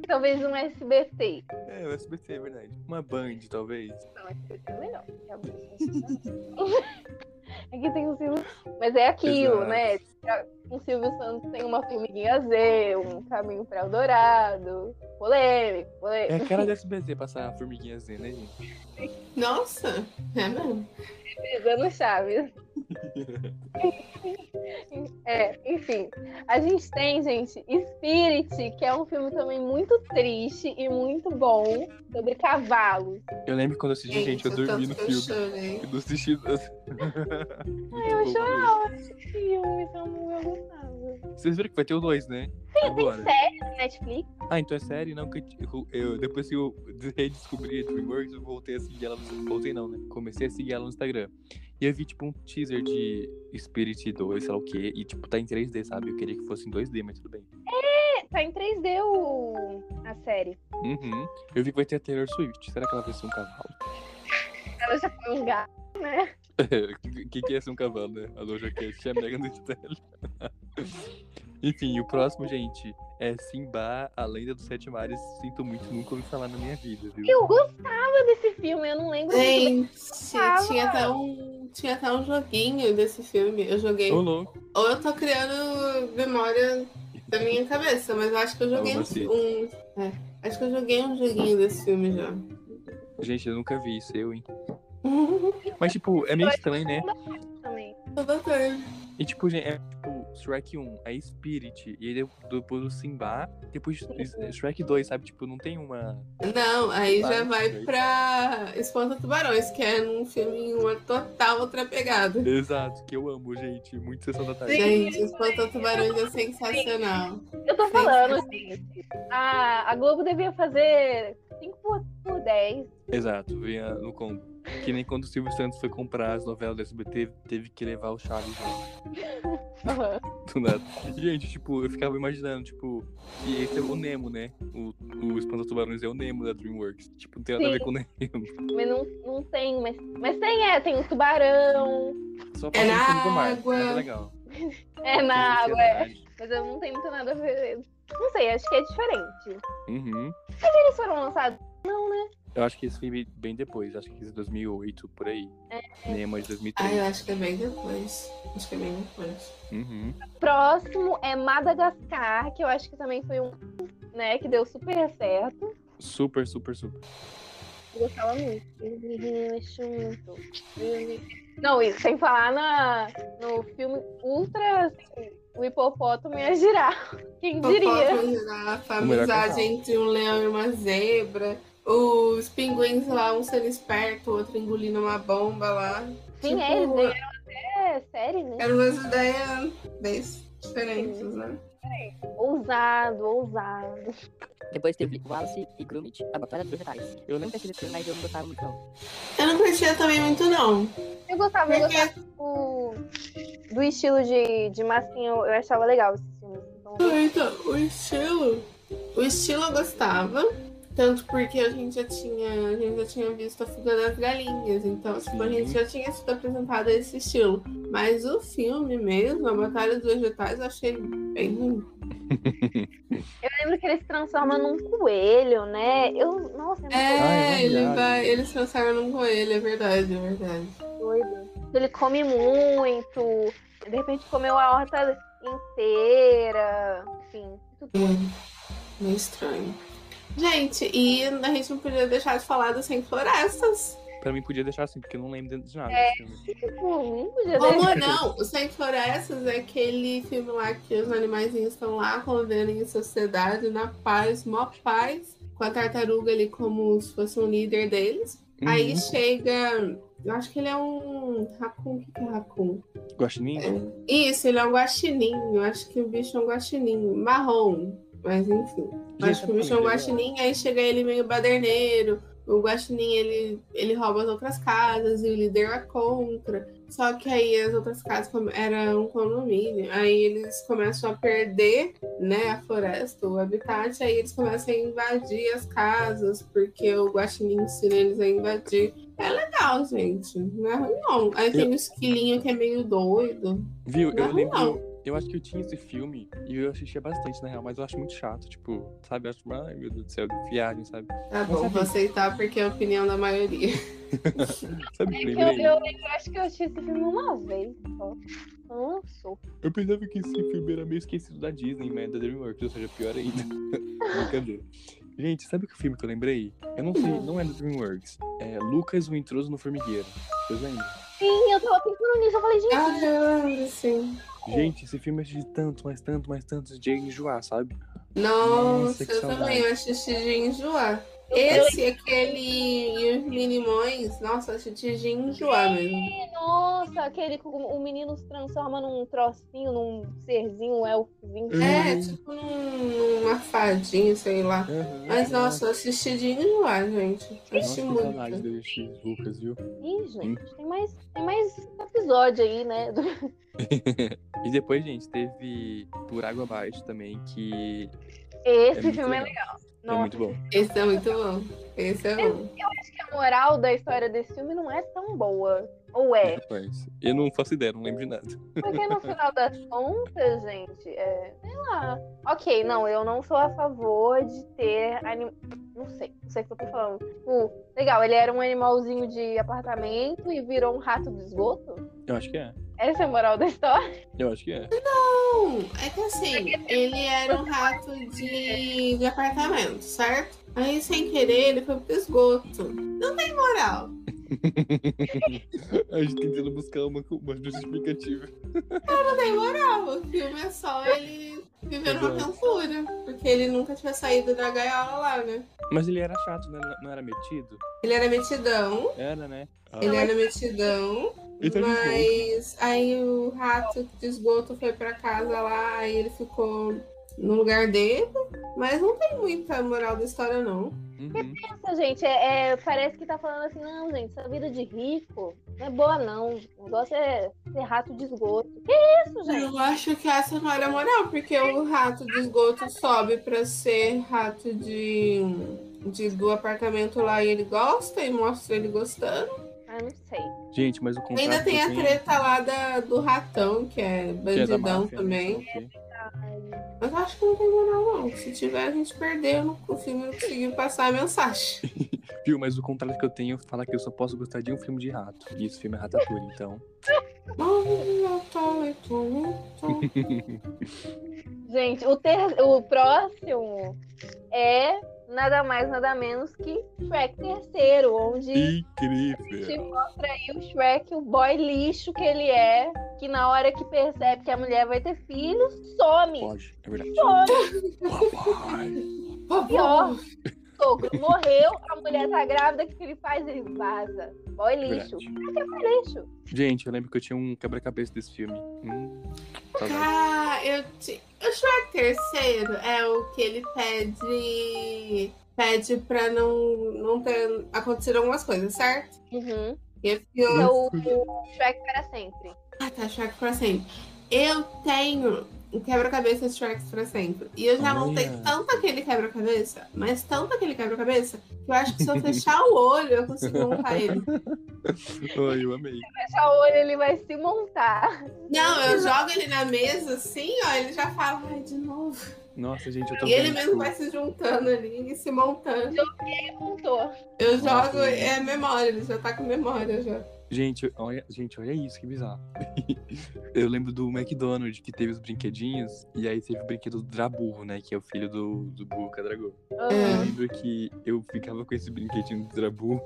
Speaker 4: Talvez um SBT.
Speaker 2: É, o SBT, é verdade. Uma Band, talvez.
Speaker 4: Não, SBT é melhor. que a Band. Aqui tem o Silvio. Mas é aquilo,
Speaker 2: Exato.
Speaker 4: né? O Silvio Santos tem uma formiguinha Z, um caminho pra Eldorado. Polêmico,
Speaker 2: É
Speaker 4: polêmico.
Speaker 2: a cara do SBT passar a formiguinha Z, né, gente?
Speaker 1: Nossa, é mesmo?
Speaker 4: Pegando Chaves. é, enfim. A gente tem, gente, Spirit, que é um filme também muito triste e muito bom sobre cavalos.
Speaker 2: Eu lembro quando eu assisti, gente, eu
Speaker 1: o tanto
Speaker 2: dormi no
Speaker 1: que eu
Speaker 2: filme. assim.
Speaker 1: chorei.
Speaker 2: Eu não assisti. Ai,
Speaker 4: Eu chorava esse filme, então eu gostava.
Speaker 2: Vocês viram que vai ter o 2, né? Agora.
Speaker 4: Netflix?
Speaker 2: Ah, então é série? Não, que eu, eu- depois que eu redescobri a DreamWorks, eu voltei a seguir ela. no- Voltei não, né? Comecei a seguir ela no Instagram. E eu vi, tipo, um teaser de Spirit 2, sei lá o quê. E, tipo, tá em 3D, sabe? Eu queria que fosse em 2D, mas tudo bem.
Speaker 4: É, Tá em 3D o... a série.
Speaker 2: Uhum. Eu vi que vai ter a Taylor Swift. Será que ela vai ser um cavalo?
Speaker 4: Ela já foi um gato.
Speaker 2: O que, que é ser um cavalo, né? A loja que tinha Mega no Stanley. Enfim, o próximo, gente, é Simba, a lenda dos sete mares. Sinto muito, nunca ouvi falar na minha vida, viu?
Speaker 4: Eu gostava desse filme, eu não lembro. muito bem.
Speaker 1: Gente, tinha até, um, tinha até um joguinho desse filme. Eu joguei.
Speaker 2: Ô, louco.
Speaker 1: Ou eu tô criando memória da minha cabeça, mas eu acho que eu joguei
Speaker 2: Algo assim.
Speaker 1: um. um- é, acho que eu joguei um joguinho desse filme já.
Speaker 2: Gente, eu nunca vi isso, eu, hein? Mas, tipo, é meio estranho, né?
Speaker 4: Também.
Speaker 1: Toda tarde.
Speaker 2: E, tipo, gente, é tipo Shrek 1, é Spirit, e aí de- depois o Simba, depois S- Shrek 2, sabe? Tipo, não tem uma.
Speaker 1: Não, aí já
Speaker 2: Vai,
Speaker 1: vai
Speaker 2: vai.
Speaker 1: pra Espanta Tubarões, que é num filme uma total outra pegada.
Speaker 2: Exato, que eu amo, gente. Muito sessão da tarde.
Speaker 1: Gente, Espanta Tubarões é sensacional.
Speaker 4: Eu tô falando, gente. A, a Globo devia fazer 5 por, por 10.
Speaker 2: Exato, vinha no combo. Que nem quando o Silvio Santos foi comprar as novelas do SBT, teve que levar o Chaves né?
Speaker 4: Aham.
Speaker 2: do nada. Gente, tipo, eu ficava imaginando, tipo, que esse é o Nemo, né? O, o Espanta Tubarões é o Nemo da Dreamworks. Tipo, não tem nada a ver
Speaker 4: Sim.
Speaker 2: com o Nemo.
Speaker 4: Mas não, não tem, mas, mas tem, é, tem o tubarão,
Speaker 2: Só passa
Speaker 1: na
Speaker 2: em cima do mar.
Speaker 1: água.
Speaker 2: Mas é legal.
Speaker 4: é na água, é.
Speaker 2: Ansiedade.
Speaker 4: mas eu não tem muito nada a ver. Não sei, acho que é diferente.
Speaker 2: Uhum.
Speaker 4: Eles foram lançados.
Speaker 2: Eu acho que esse filme bem depois, acho que esse é 2008, por aí. Nemo é de
Speaker 1: Ah,
Speaker 2: 2003.
Speaker 1: eu acho que é bem depois. Acho que é bem depois.
Speaker 2: Uhum.
Speaker 4: Próximo é Madagascar, que eu acho que também foi um, né, que deu super certo.
Speaker 2: Super, super, super.
Speaker 4: Eu gostava muito. Eu me mexo muito. Eu me- Não, e sem falar na, no filme Ultra, assim, o hipopótamo ia girar. Quem diria?
Speaker 1: Fofoca, girafa,
Speaker 2: O melhor
Speaker 1: amizade
Speaker 2: casal.
Speaker 1: né? entre um leão e uma zebra. Os pinguins lá, um sendo esperto, o outro engolindo uma bomba lá.
Speaker 4: Sim, é, eles ganharam até série, né?
Speaker 1: Eram umas ideias bem diferentes, né?
Speaker 4: Ousado, ousado.
Speaker 5: Depois teve Wallace e Gromit, a Batalha dos Vegetais. Eu lembro desse filme, mas eu não gostava muito não.
Speaker 1: Eu não curtia também muito, não.
Speaker 4: Eu gostava, eu
Speaker 1: Porque é
Speaker 4: gostava do, do estilo de, de massinha, eu, eu achava legal esses filmes. Então,
Speaker 1: Então, o estilo. O estilo eu gostava. Tanto porque a gente já tinha. A gente já tinha visto a fuga das galinhas. Então, tipo, a
Speaker 2: Sim.
Speaker 1: gente já tinha sido apresentado a esse estilo. Mas o filme mesmo, a Batalha dos Vegetais, eu achei bem ruim.
Speaker 4: eu lembro que ele se transforma num coelho, né? Eu, nossa, é muito
Speaker 1: É,
Speaker 2: Ai, é uma
Speaker 1: ele
Speaker 2: viagem.
Speaker 1: vai. Ele se transforma num coelho, é verdade, é verdade.
Speaker 4: doido. Ele come muito, de repente comeu a horta inteira, enfim. tudo.
Speaker 1: Hum, meio estranho. Gente, e a gente não podia deixar de falar das 100 florestas.
Speaker 2: Pra mim podia deixar assim, porque eu não lembro de nada desse filme.
Speaker 4: Tipo, não podia deixar.
Speaker 1: Como não? O Sem Florestas é aquele filme lá que os animaizinhos estão lá convivendo em sociedade, na paz, mó paz, com a tartaruga ali como se fosse um líder deles. Aí
Speaker 2: Uhum.
Speaker 1: chega. Eu acho que ele é um racun. O que que é racun?
Speaker 2: Uhum. Guaxinim?
Speaker 1: Isso, ele é um guaxininho. Eu acho que o bicho é um guaxininho. Marrom. Mas enfim.
Speaker 2: Gente,
Speaker 1: acho que o bicho é um
Speaker 2: legal.
Speaker 1: guaxininho. Aí chega ele meio baderneiro. o Guaxinim, ele, ele rouba as outras casas e o líder é contra. Só que aí as outras casas come- era um condomínio. Aí eles começam a perder, né, a floresta, o habitat. Aí eles começam a invadir as casas, porque o Guaxinim ensina eles a invadir. É legal, gente. Não é ruim, não. Aí tem o esquilinho que é meio doido.
Speaker 2: Viu? Eu
Speaker 1: Não,
Speaker 2: lembro. Eu acho que eu tinha esse filme e eu assistia bastante, na real, mas eu acho muito chato, tipo, sabe? Eu acho, ai meu Deus do céu, que viagem, sabe?
Speaker 1: Tá bom, vou aceitar porque é a opinião da maioria.
Speaker 2: Sabe o
Speaker 4: É
Speaker 2: que
Speaker 4: que
Speaker 2: eu
Speaker 4: eu,
Speaker 2: lembrei?
Speaker 4: eu lembro, acho que eu assisti esse filme uma vez só. Não lançou.
Speaker 2: Eu pensava que esse filme era meio esquecido da Disney, né? Da DreamWorks, ou seja, pior ainda. Brincadeira. Gente, sabe que filme que eu lembrei? Eu não
Speaker 4: Hum.
Speaker 2: sei, não é da DreamWorks. É Lucas, o Intruso no Formigueiro. Vocês lembram?
Speaker 4: Sim, eu tava pensando nisso, eu falei, gente,
Speaker 1: Ah, eu lembro, sim.
Speaker 4: Hum.
Speaker 2: Gente, esse filme eu assisti tanto, mas tanto, mas tanto de enjoar, sabe? Nossa,
Speaker 1: Nossa,
Speaker 2: que
Speaker 1: eu
Speaker 2: saudade.
Speaker 1: também eu assisti de enjoar.
Speaker 4: Eu
Speaker 1: Esse, aquele e os limões, nossa, eu assisti de enjoar mesmo.
Speaker 4: nossa, aquele que o, o menino se transforma num trocinho, num serzinho, um elfozinho.
Speaker 2: Uhum.
Speaker 1: É, tipo num, numa fadinha, sei lá.
Speaker 2: Aham.
Speaker 1: Mas nossa, eu assisti de enjoar, gente. Eu
Speaker 2: Nossa,
Speaker 1: Assisti
Speaker 2: que saudade
Speaker 1: muito.
Speaker 2: desse Lucas, viu?
Speaker 4: Ih, gente, tem mais, tem mais episódio aí, né? do-
Speaker 2: E depois, gente, teve Por Água Abaixo também, que. é
Speaker 4: Esse
Speaker 2: muito
Speaker 4: filme é legal.
Speaker 2: É
Speaker 4: Nossa,
Speaker 2: muito bom.
Speaker 1: Esse é muito bom. Esse é bom.
Speaker 4: acho que a moral da história desse filme não é tão boa. Ou é?
Speaker 2: Rapaz, eu não faço ideia, não lembro de nada.
Speaker 4: Porque no final das contas, gente, é, sei lá. Ok, não, eu não sou a favor de ter anim... Não sei, não sei o que eu tô falando. Tipo, legal, ele era um animalzinho de apartamento e virou um rato do esgoto?
Speaker 2: Eu acho que é.
Speaker 4: Essa é a moral da história?
Speaker 2: Eu acho que é.
Speaker 1: Bom, é que assim, ele era um rato de, de apartamento, certo? Aí, sem querer, ele foi pro esgoto. Não tem moral.
Speaker 2: A gente tentando buscar uma, uma justificativa.
Speaker 1: O filme é só ele viver uma aventura. Porque ele nunca tinha saído da gaiola lá, né?
Speaker 2: Mas ele era chato, né? Não- Não era metido?
Speaker 1: Ele era metidão,
Speaker 2: Era, né? Ah,
Speaker 1: ele era metidão,
Speaker 2: Então, Ele tá tava junto.
Speaker 1: mas aí o rato de esgoto foi pra casa lá, aí ele ficou no lugar dele, mas não tem muita moral da história, não.
Speaker 2: Uhum.
Speaker 4: Nossa, gente, é, é, parece que tá falando assim, não, gente, essa vida de rico não é boa, não. O negócio é ser rato de esgoto. Que isso, gente?
Speaker 1: Eu acho que essa não era moral, porque o rato de esgoto sobe pra ser rato de, de- do apartamento lá e ele gosta e mostra ele gostando.
Speaker 4: Ah, não sei.
Speaker 2: Gente, mas o contrato.
Speaker 1: Ainda tem
Speaker 2: que eu
Speaker 1: a
Speaker 2: tenho-
Speaker 1: treta lá da, do ratão, que é
Speaker 2: que é da
Speaker 1: bandidão
Speaker 2: máfia, né,
Speaker 1: também.
Speaker 2: não sei o quê.
Speaker 1: Mas eu acho que não tem moral, não. Se tiver, a gente perdeu. não- O filme não conseguiu passar a mensagem.
Speaker 2: Viu, mas o contrato que eu tenho fala que eu só posso gostar de um filme de rato. E esse filme é Ratatouille, então.
Speaker 4: Gente, o, ter... o próximo é nada mais, nada menos que Shrek terceiro, onde se
Speaker 2: Incrível!
Speaker 4: mostra aí o Shrek, o boy lixo que ele é, que na hora que percebe que a mulher vai ter filho, some.
Speaker 2: Pode, é verdade.
Speaker 4: Some,
Speaker 2: Papai! Tá
Speaker 1: Vovó.
Speaker 4: sogro morreu, a mulher tá grávida, o que que ele faz? Ele vaza. Boy lixo.
Speaker 2: É Verdade.
Speaker 4: Boy lixo.
Speaker 2: Gente, eu lembro que eu tinha um quebra-cabeça desse filme. Hum, saudade.
Speaker 1: Ah, eu te... O Shrek terceiro é o que ele pede... Pede pra não, não ter acontecido algumas coisas, certo?
Speaker 4: Uhum.
Speaker 1: E ele ficou-
Speaker 4: É o, o Shrek para sempre.
Speaker 1: Ah, tá, Shrek pra sempre. Eu tenho um quebra-cabeça de Shrek pra sempre. E eu já
Speaker 2: Olha.
Speaker 1: montei tanto aquele quebra-cabeça, mas tanto aquele quebra-cabeça, que eu acho que se eu fechar o olho, eu consigo montar ele.
Speaker 2: Ai, eu amei.
Speaker 4: Fecha o olho, ele vai se montar.
Speaker 1: Não, eu jogo ele na mesa assim, ó, ele já fala, ai, de novo.
Speaker 2: Nossa, gente, eu tô
Speaker 1: E ele
Speaker 2: vendo,
Speaker 1: mesmo
Speaker 2: tipo,
Speaker 1: vai se juntando ali e se montando.
Speaker 4: Montou.
Speaker 1: Eu
Speaker 2: Nossa,
Speaker 1: jogo,
Speaker 2: gente.
Speaker 1: é memória, ele já tá com memória já.
Speaker 2: Gente, olha, gente, olha isso, que bizarro. Eu lembro do McDonald's que teve os brinquedinhos, e aí teve o brinquedo do Draburro, né? Que é o filho do, do Burro Dragão. Eu
Speaker 1: É.
Speaker 2: lembro que eu ficava com esse brinquedinho do Draburro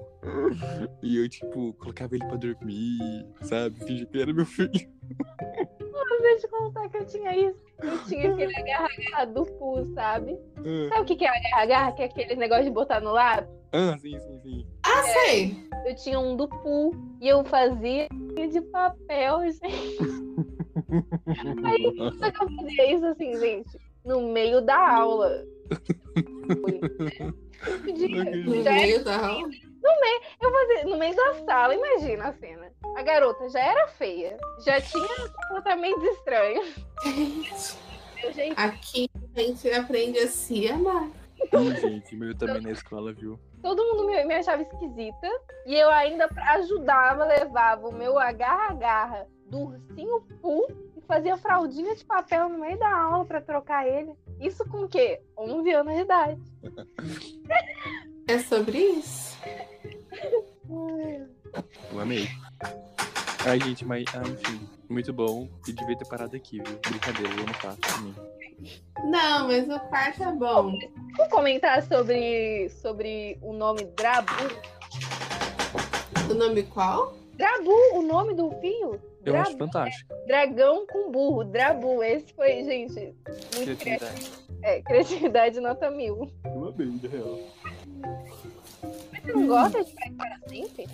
Speaker 2: e eu, tipo, colocava ele pra dormir, sabe? Fingia que ele era meu filho.
Speaker 4: Acabei de contar que eu tinha isso. Eu tinha aquele agarra-garra do Fu, sabe? Sabe o que que é agarra-garra? Que é aquele negócio de botar no lábio?
Speaker 2: Ah, sim, sim, sim.
Speaker 1: Ah, sei!
Speaker 4: Eu tinha um do Fu e eu fazia de papel, gente. Aí, só que eu fazia isso assim, gente, no meio da aula.
Speaker 2: Não acredito.
Speaker 1: No
Speaker 4: Já é
Speaker 1: meio da aula.
Speaker 4: Eu fazia no meio da sala, imagina a cena. A garota já era feia, já tinha um comportamentos estranhos. Eu já
Speaker 1: Aqui a gente aprende a se amar.
Speaker 2: Ih, gente, meu também na escola, viu?
Speaker 4: todo mundo me, me achava esquisita e eu ainda pra- ajudava, levava o meu agarra-agarra do ursinho Poo e fazia fraldinha de papel no meio da aula pra trocar ele. Isso com o quê? 11 anos de idade.
Speaker 1: É sobre isso.
Speaker 2: Eu amei. Ai, gente, mas, ah, enfim, muito bom. E devia ter parado aqui, viu? Brincadeira, eu não faço por mim.
Speaker 1: Não, mas o quarto é bom.
Speaker 4: Vamos comentar sobre, sobre o nome Drabu?
Speaker 1: O nome qual?
Speaker 4: Drabu, o nome do fio?
Speaker 2: Eu
Speaker 4: Dra-
Speaker 2: acho fantástico.
Speaker 4: Dragão com burro, Drabu. Esse foi, gente, muito cri...
Speaker 2: Criatividade.
Speaker 4: é, criatividade nota mil.
Speaker 2: Eu amei, na real.
Speaker 4: Você não gosta de ficar para sempre?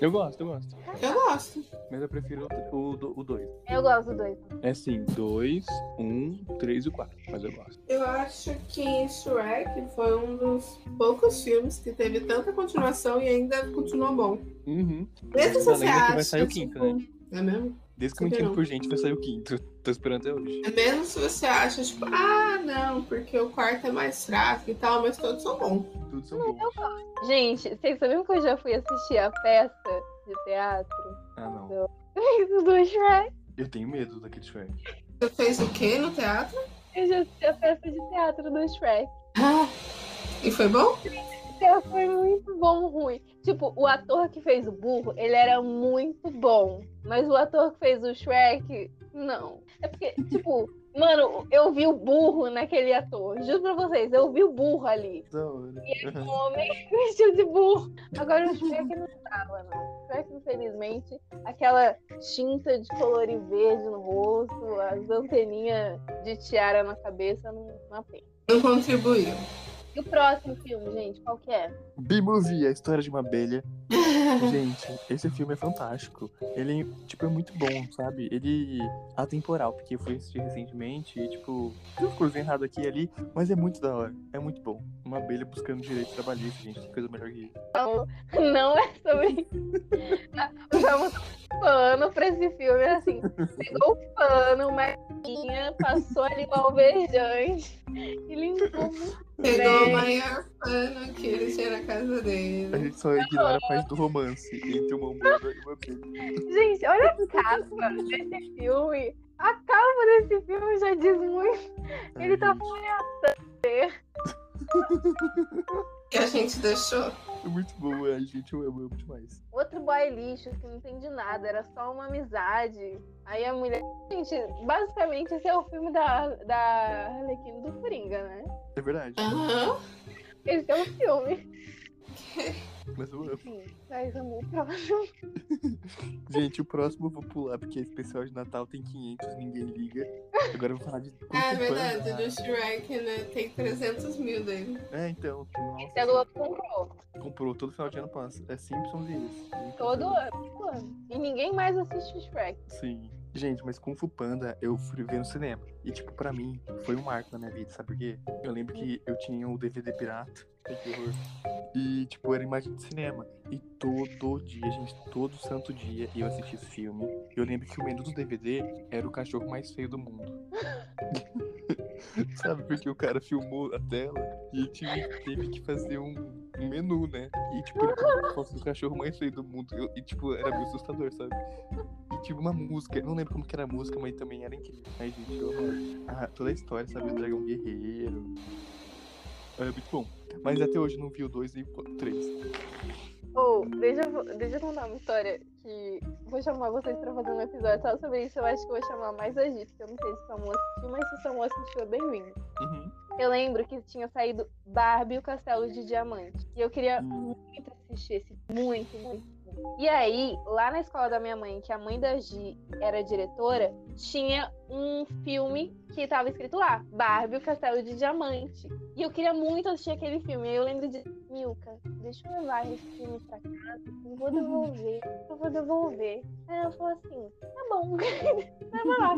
Speaker 2: Eu gosto, eu gosto.
Speaker 1: Eu gosto.
Speaker 2: Mas eu prefiro o 2. O dois.
Speaker 4: Eu gosto dos dois.
Speaker 2: é assim, 2, 1, 3 e 4. Mas eu gosto.
Speaker 1: Eu acho que Shrek foi um dos poucos filmes que teve tanta continuação e ainda continuou bom.
Speaker 2: Uhum.
Speaker 1: Mesmo se
Speaker 2: Não,
Speaker 1: você
Speaker 2: lembra que
Speaker 1: acha.
Speaker 2: vai sair o quinto, né?
Speaker 1: tipo, É mesmo? É
Speaker 2: Desde que eu me entendo por gente, vai sair o quinto. Tô esperando até hoje.
Speaker 1: Mesmo se você acha, tipo, ah, não, porque o quarto é mais fraco e tal, mas todos são bons.
Speaker 2: Tudo são bons.
Speaker 4: Gente, vocês sabiam que eu já fui assistir a peça de teatro
Speaker 2: Ah, não.
Speaker 4: do Shrek?
Speaker 2: Eu tenho medo daquele Shrek.
Speaker 1: Você fez o quê no teatro?
Speaker 4: Eu já assisti a peça de teatro do Shrek.
Speaker 1: Ah, e foi bom?
Speaker 4: Cara, Foi muito bom, ruim. Tipo, o ator que fez o burro, ele era muito bom. Mas o ator que fez o Shrek, não. É porque, tipo, mano, eu vi o burro naquele ator. Juro pra vocês, eu vi o burro ali.
Speaker 2: Da hora.
Speaker 4: Um homem vestido de burro. Agora o Shrek não tava, não. O Shrek, infelizmente, aquela tinta de colorir verde no rosto, as anteninhas de tiara na cabeça, não, não apena.
Speaker 1: Não contribuiu.
Speaker 4: E o próximo filme, gente, qual que é?
Speaker 2: B-Movie, a história de uma abelha. Gente, esse filme é fantástico. Ele, tipo, é muito bom, sabe? Ele é atemporal, porque eu fui assistir recentemente e, tipo, tem umas coisas erradas aqui e ali, mas é muito da hora. É muito bom. Uma abelha buscando direito trabalhista, gente. Que coisa melhor que isso.
Speaker 4: Não é sobre. Vamos pano pra esse filme, é assim. Pegou o pano, uma linha, passou ali o alvejante e limpou muito
Speaker 1: Pegou
Speaker 4: bem.
Speaker 1: o maior pano que ele tinha na casa
Speaker 2: A
Speaker 1: dele.
Speaker 2: gente só ignora a parte do romance entre uma humana e uma abelha.
Speaker 4: Gente, olha a capa desse filme. A capa desse filme já diz muito. Ele tá
Speaker 2: Ai,
Speaker 1: E a gente deixou.
Speaker 2: gente, É muito bom, é, gente. Eu amo, eu amo demais.
Speaker 4: Outro boy lixo que não entende nada, era só uma amizade. Aí a mulher. Gente, basicamente esse é o filme da, da Arlequina do Coringa, né?
Speaker 2: É verdade.
Speaker 1: Aham.
Speaker 4: Esse é o filme.
Speaker 2: Mas eu amo.
Speaker 4: Sim, mas é muito próximo.
Speaker 2: Gente, o próximo eu vou pular, porque é especial de Natal tem 500, ninguém liga. Agora eu vou falar de.
Speaker 1: Ah, é
Speaker 2: Kung Fu
Speaker 1: verdade.
Speaker 2: Panda.
Speaker 1: Do Shrek, né? Tem 300 mil dele.
Speaker 2: É, então.
Speaker 4: Esse é a
Speaker 2: Nossa,
Speaker 4: Globo comprou.
Speaker 2: comprou todo final de ano passa. É Simpsons e eles.
Speaker 4: Todo ano. todo ano. E ninguém mais assiste Shrek.
Speaker 2: Sim. Gente, mas Kung Fu Panda eu fui ver no cinema. E, tipo, pra mim, foi um marco na minha vida, sabe por quê? Eu lembro que eu tinha o DVD pirata. Ai, que horror. E, tipo, era imagem de cinema. E todo dia, gente, todo santo dia eu assisti esse filme. Eu lembro que o menu do DVD era o cachorro mais feio do mundo. sabe, porque o cara filmou a tela e tive, teve que fazer um, um menu, né? E, tipo, ele colocou a foto do cachorro mais feio do mundo. Eu- e, tipo, era meio assustador, sabe? E tinha uma música, eu não lembro como que era a música, mas também era incrível. Ai, gente, eu amo ah, toda a história, sabe? O Dragão Guerreiro. É muito bom. Mas até hoje eu não vi o 2 e o 3.
Speaker 4: Ou, deixa, eu- deixa eu contar uma história que vou chamar vocês pra fazer um episódio só sobre isso. Eu acho que eu vou chamar mais a gente, porque eu não sei se o Samu assistiu, mas se o Samu assistiu, é bem-vindo.
Speaker 2: Uhum.
Speaker 4: Eu lembro que tinha saído Barbie e Ah, o Castelo de Diamante. E eu queria
Speaker 2: Hum.
Speaker 4: muito assistir esse. Muito, muito. E aí, lá na escola da minha mãe, que a mãe da Gi era diretora, tinha um filme que tava escrito lá, Barbie, o Castelo de Diamante. E eu queria muito assistir aquele filme. Aí eu lembro de, Milka, deixa eu levar esse filme pra casa, eu vou devolver, eu vou devolver. Aí ela falou assim, tá bom, leva lá.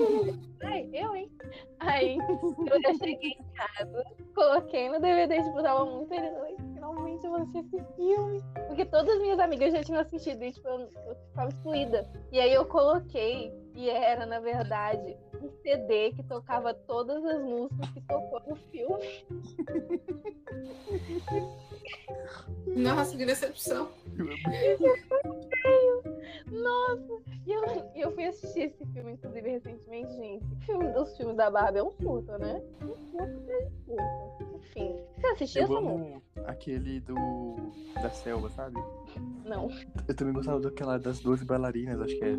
Speaker 4: Ai, eu, hein? Aí eu já cheguei em casa, coloquei no DVD, tipo, tava muito feliz. Eu falei, Finalmente eu vou assistir esse filme. Porque todas as minhas amigas já tinham assistido e, tipo, eu, eu ficava excluída. E aí eu coloquei, e era, na verdade, um CD que tocava todas as músicas que tocou no filme.
Speaker 1: Nossa, que decepção.
Speaker 4: Nossa! E eu, e eu fui assistir esse filme, inclusive, recentemente, gente. O filme dos filmes da Barbie é um furto, né? Um furto, é um furto. Enfim. Você assistiu
Speaker 2: Eu
Speaker 4: essa música?
Speaker 2: amo aquele do. da selva, sabe?
Speaker 4: Não.
Speaker 2: Eu também gostava daquela das 12 bailarinas, acho que é.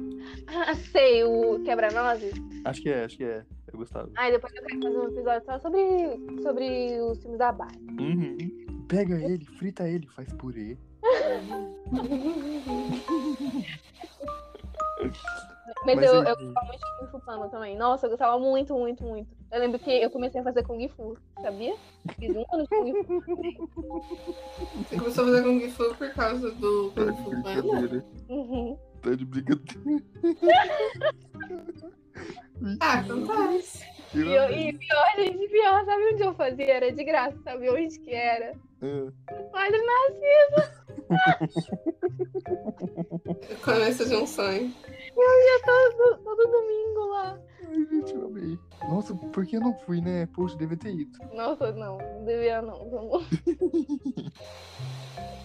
Speaker 4: Ah, sei, o Quebra-Nozes.
Speaker 2: Acho que é, acho que é. Eu gostava.
Speaker 4: Ai, depois eu quero fazer um episódio só sobre, sobre os filmes da Barbie.
Speaker 2: Uhum. Pega ele, frita ele, faz purê.
Speaker 4: Mas, eu, eu
Speaker 2: enfim.
Speaker 4: gostava muito de Kung Fu Panda também. Nossa, eu gostava muito, muito, muito. Eu lembro que eu comecei a fazer Kung Fu, sabia? Fiz um ano de Kung Fu.
Speaker 1: Você começou a fazer Kung Fu por causa do
Speaker 2: Tá
Speaker 1: Kung
Speaker 2: de
Speaker 1: Fu Panda.
Speaker 2: brincadeira.
Speaker 4: Uhum.
Speaker 2: Tá de brincadeira.
Speaker 1: Ah, acontece.
Speaker 4: E, eu- e pior, gente, pior. Sabe onde eu fazia? Era de graça. Sabe onde que era?
Speaker 2: Ah,
Speaker 4: No Padre Narciso.
Speaker 1: Começo de um sonho.
Speaker 4: Eu ia todo, todo domingo lá.
Speaker 2: Ai, gente, eu amei. Nossa, por que eu não fui, né? Poxa, devia ter ido.
Speaker 4: Nossa, não. Não devia, não. Vamos.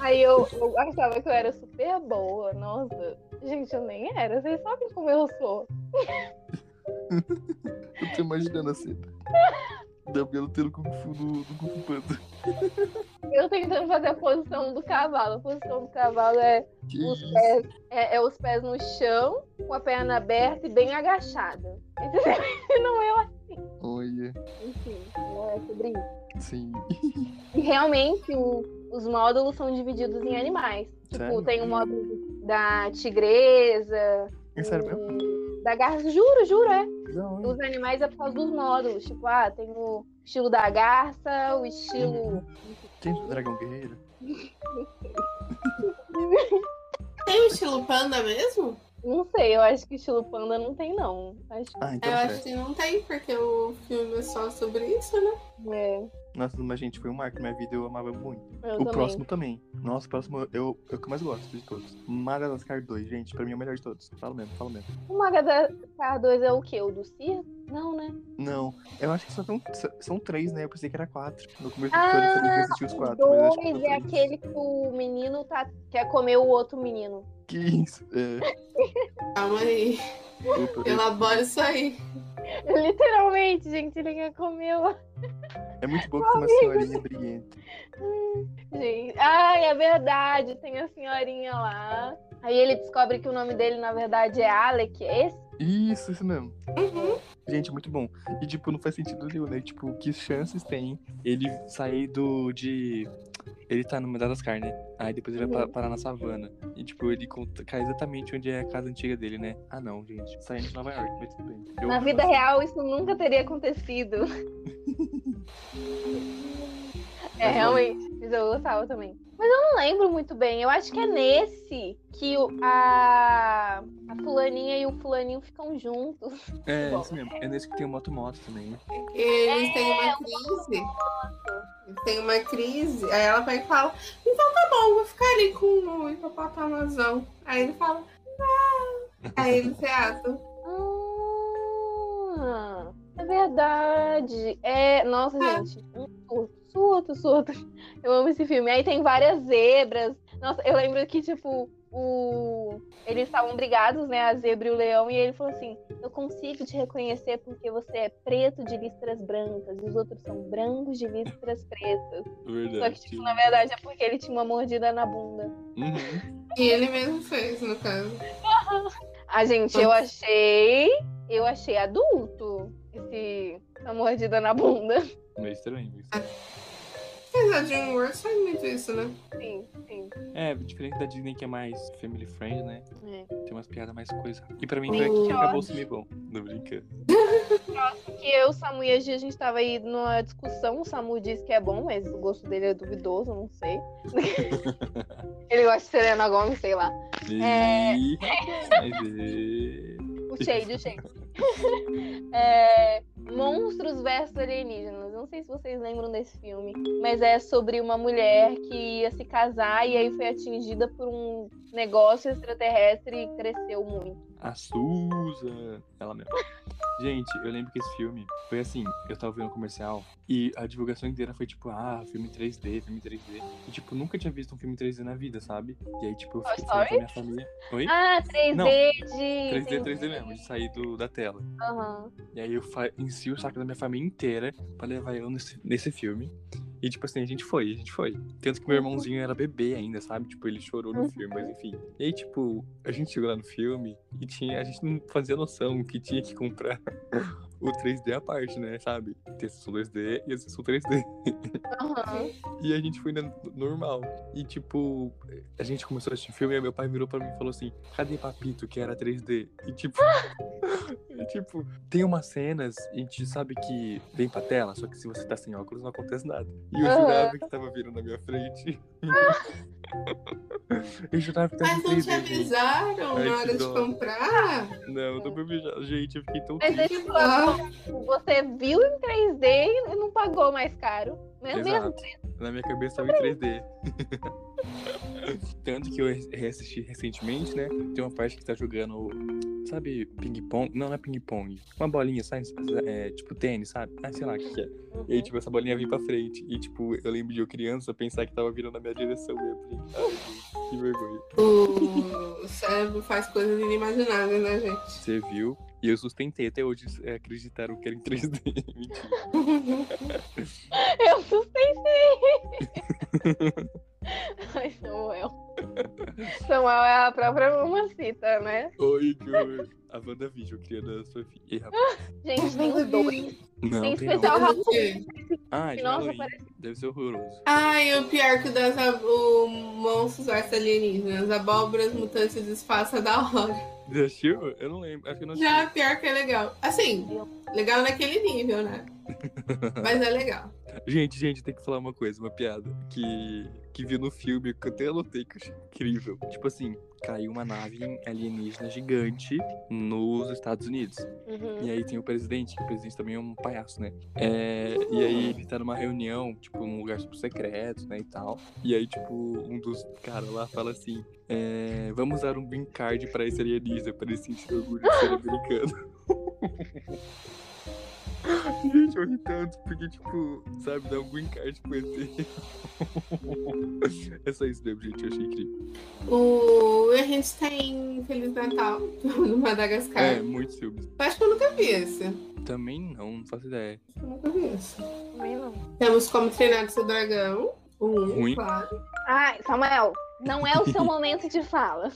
Speaker 4: Aí eu, eu achava que eu era super boa. Nossa. Gente, eu nem era. Vocês sabem como eu sou.
Speaker 2: Eu tô imaginando a cena. Gabriela tendo Kung Fu no, no Kung Fu Panda.
Speaker 4: Eu tentando fazer a posição do cavalo. A posição do cavalo é,
Speaker 2: Que
Speaker 4: Os
Speaker 2: isso?
Speaker 4: pés, é, é os pés no chão, com a perna aberta e bem agachada. Entendeu? Não é assim.
Speaker 2: Olha,
Speaker 4: Enfim, não é sobre isso.
Speaker 2: sim.
Speaker 4: Tipo, E realmente o- os módulos são divididos em animais. Tipo,
Speaker 2: Sério?
Speaker 4: tem o módulo da tigresa.
Speaker 2: É sério mesmo?
Speaker 4: o- Da garça. Juro, juro, é.
Speaker 2: Da hora.
Speaker 4: Os animais é por causa dos módulos. Tipo, ah, tem o estilo da garça, o estilo.
Speaker 2: Quem é o Dragão Guerreiro?
Speaker 1: Tem o estilo panda mesmo?
Speaker 4: Não sei, eu acho que estilo panda não tem, não. Acho
Speaker 2: Ah, então
Speaker 1: Eu acho
Speaker 2: é.
Speaker 1: que não tem, porque o filme é só sobre isso, né?
Speaker 4: que é.
Speaker 2: Nossa, mas gente, foi um marco na minha vida, eu amava muito.
Speaker 4: Eu
Speaker 2: o
Speaker 4: também.
Speaker 2: próximo também. Nossa, o próximo eu, eu que mais gosto de todos. Madagascar 2, gente, pra mim é o melhor de todos. Falo mesmo, falo mesmo.
Speaker 4: O Madagascar 2 é o quê? O do circo? Não, né?
Speaker 2: Não, eu acho que só são, são três, né? Eu pensei que era quatro. No começo do
Speaker 4: Ah,
Speaker 2: filme eu também assisti os
Speaker 4: O
Speaker 2: quatro, mas eu acho que
Speaker 4: 2
Speaker 2: são
Speaker 4: é
Speaker 2: três.
Speaker 4: aquele que o menino tá... quer comer o outro menino.
Speaker 2: Que isso? É,
Speaker 1: Calma aí.
Speaker 2: opa, é,
Speaker 1: Elabora isso aí.
Speaker 4: Literalmente, gente, ele quer comer o...
Speaker 2: é muito bom que tem uma senhorinha briguenta.
Speaker 4: Gente. Ai, é verdade, tem a senhorinha lá. Aí ele descobre que o nome dele, na verdade, é Alec. É esse?
Speaker 2: Isso, isso mesmo.
Speaker 4: Uhum.
Speaker 2: Gente, muito bom. E, tipo, não faz sentido nenhum, né? Tipo, que chances tem ele sair do. de. Ele tá no Madagascar, né? Aí depois ele vai
Speaker 4: Uhum.
Speaker 2: pa- parar na savana. E, tipo, ele conta, cai exatamente onde é a casa antiga dele, né? Ah, não, gente. Saindo de Nova York, mas tudo bem. Eu-
Speaker 4: Na vida real, isso nunca teria acontecido. É,
Speaker 2: Mas
Speaker 4: realmente. Mas eu gostava também. Mas eu não lembro muito bem. Eu acho que é nesse que o- a, a fulaninha e o fulaninho ficam juntos.
Speaker 2: É,
Speaker 4: bom.
Speaker 2: isso mesmo. É nesse que tem o Moto Moto também, né?
Speaker 1: Eles têm uma crise. Eles têm uma crise. Aí ela vai e fala: Então tá bom, vou ficar ali com o hipopotamazão. Aí ele fala: Não. Aí ele se ata.
Speaker 4: Ah, é verdade. É, nossa,
Speaker 1: É.
Speaker 4: gente. um Surto, surto, surto. Eu amo esse filme. Aí tem várias zebras. Nossa, eu lembro que, tipo, o... eles estavam brigados, né? A zebra e o leão. E ele falou assim: Eu consigo te reconhecer porque você é preto de listras brancas. E os outros são brancos de listras pretas. Só que, tipo, na verdade é porque ele tinha uma mordida na bunda.
Speaker 2: Uhum.
Speaker 1: E ele mesmo fez, no caso.
Speaker 4: Ah, gente, eu achei. Eu achei adulto esse, essa mordida na bunda.
Speaker 2: Meio estranho isso.
Speaker 1: É Mas a DreamWorks faz muito isso, né?
Speaker 4: Sim, sim.
Speaker 2: É, diferente da Disney que é mais family friend, né?
Speaker 4: É.
Speaker 2: Tem umas piadas mais coisa. E pra mim
Speaker 1: O
Speaker 2: foi aqui que acabou o
Speaker 4: Jorge.
Speaker 2: filme bom. Não brinca.
Speaker 4: Que eu, Samu e a Gia, a gente tava aí numa discussão. O Samu disse que é bom, mas o gosto dele é duvidoso, não sei. Ele gosta de Serena Gomes, sei lá. É.
Speaker 2: E... Mas e-
Speaker 4: O shade, o shade. É, Monstros versus alienígenas. Não sei se vocês lembram desse filme, mas é sobre uma mulher que ia se casar e aí foi atingida por um negócio extraterrestre e cresceu muito.
Speaker 2: A Susan. Ela mesmo. Gente, eu lembro que esse filme foi assim, eu tava vendo um comercial e a divulgação inteira foi tipo, ah, filme 3D, filme 3D. E tipo, nunca tinha visto um filme 3D na vida, sabe? E aí, tipo, eu
Speaker 4: Toy
Speaker 2: fiquei falando com a minha família. Oi?
Speaker 4: Ah, 3D
Speaker 2: Não.
Speaker 4: de.
Speaker 2: 3D, 3D
Speaker 4: entendi.
Speaker 2: mesmo, de sair do, da tela.
Speaker 4: Aham.
Speaker 2: E aí eu fa- enchi o saco da minha família inteira pra levar eu nesse, nesse filme. E, tipo assim, a gente foi, a gente foi. Tanto que meu irmãozinho era bebê ainda, sabe? Tipo, ele chorou no filme, mas enfim. E aí, tipo, a gente chegou lá no filme e tinha, a gente não fazia noção que tinha que comprar o 3D à parte, né? Sabe? Ter sessão 2D e a sessão 3D.
Speaker 4: Aham.
Speaker 2: E a gente foi na normal. E tipo, a gente começou a assistir filme e meu pai virou pra mim e falou assim: cadê Papito, que era 3D? E tipo. e, tipo, tem umas cenas e a gente sabe que vem pra tela, só que se você tá sem óculos não acontece nada. E eu
Speaker 4: Aham.
Speaker 2: jurava que tava vindo na minha frente. eu jurava que tava em
Speaker 1: Mas não te
Speaker 2: 3D. gente.
Speaker 1: avisaram
Speaker 2: Ai,
Speaker 1: na
Speaker 2: que
Speaker 1: hora de
Speaker 2: dó.
Speaker 1: comprar?
Speaker 2: Não, eu tô me mijando. Gente, eu fiquei tão
Speaker 4: Mas é
Speaker 2: triste.
Speaker 4: tipo,
Speaker 1: Ah.
Speaker 4: você viu em 3D e não pagou mais caro. Mas É mesmo
Speaker 2: Exato. Na minha cabeça tava em 3D. Tanto que eu re- reassisti recentemente, né? Tem uma parte que tá jogando, sabe, ping-pong? Não, não é ping-pong. Uma bolinha, sabe? É, tipo tênis, sabe? Ah, sei lá o que, que é. E aí, tipo, essa bolinha vem pra frente. E, tipo, eu lembro de eu criança pensar que tava virando na minha direção. E eu falei, ai, gente, que vergonha.
Speaker 1: O cérebro faz coisas inimagináveis, né, gente?
Speaker 2: Você viu? E eu sustentei até hoje é, acreditaram que era em 3D. Mentira.
Speaker 4: eu sustentei. Ai, Samuel. Samuel é a própria mamacita, né?
Speaker 2: Oi, que horror. A WandaVision, criando a Sofia. Ih, rapaz.
Speaker 4: Gente, tem os dois.
Speaker 2: Não,
Speaker 4: Tem
Speaker 2: tem não.
Speaker 1: Então,
Speaker 4: especial
Speaker 1: Gente,
Speaker 2: Ah, de
Speaker 4: Nossa,
Speaker 2: Halloween. Deve ser horroroso.
Speaker 1: Ai, o pior que o das ab- o monstros versus alienígenas. Abóboras, mutantes e espaço é da hora.
Speaker 2: Já assistiu? Eu não lembro. Acho que eu não
Speaker 1: Já
Speaker 2: assisti.
Speaker 1: pior que é legal. Assim, legal naquele nível, né? Mas é legal.
Speaker 2: Gente, gente, tem que falar uma coisa, uma piada. Que, que vi no filme, que eu até anotei, que eu achei incrível. Tipo assim, caiu uma nave alienígena gigante nos Estados Unidos.
Speaker 4: Uhum.
Speaker 2: E aí tem o presidente, que o presidente também é um palhaço, né? É, e aí ele tá numa reunião, tipo, num lugar tipo, secreto, né, e tal. E aí, tipo, um dos caras lá fala assim, é, vamos dar um green card pra esse alienígena, pra ele sentir orgulho de ser americano. Gente, eu ri tanto, porque, tipo, sabe, dar um green card pro ET. é só isso mesmo, gente, eu achei incrível.
Speaker 1: O... E a gente tem Feliz Natal no Madagascar.
Speaker 2: É, muitos filmes.
Speaker 1: Eu Acho que eu nunca vi esse.
Speaker 2: Também não, não faço ideia.
Speaker 1: Eu nunca vi esse.
Speaker 4: Também não.
Speaker 1: Temos Como Treinar Seu Dragão. Um,
Speaker 2: Ruim.
Speaker 1: claro.
Speaker 4: Ai, Samuel, não é o seu momento de fala.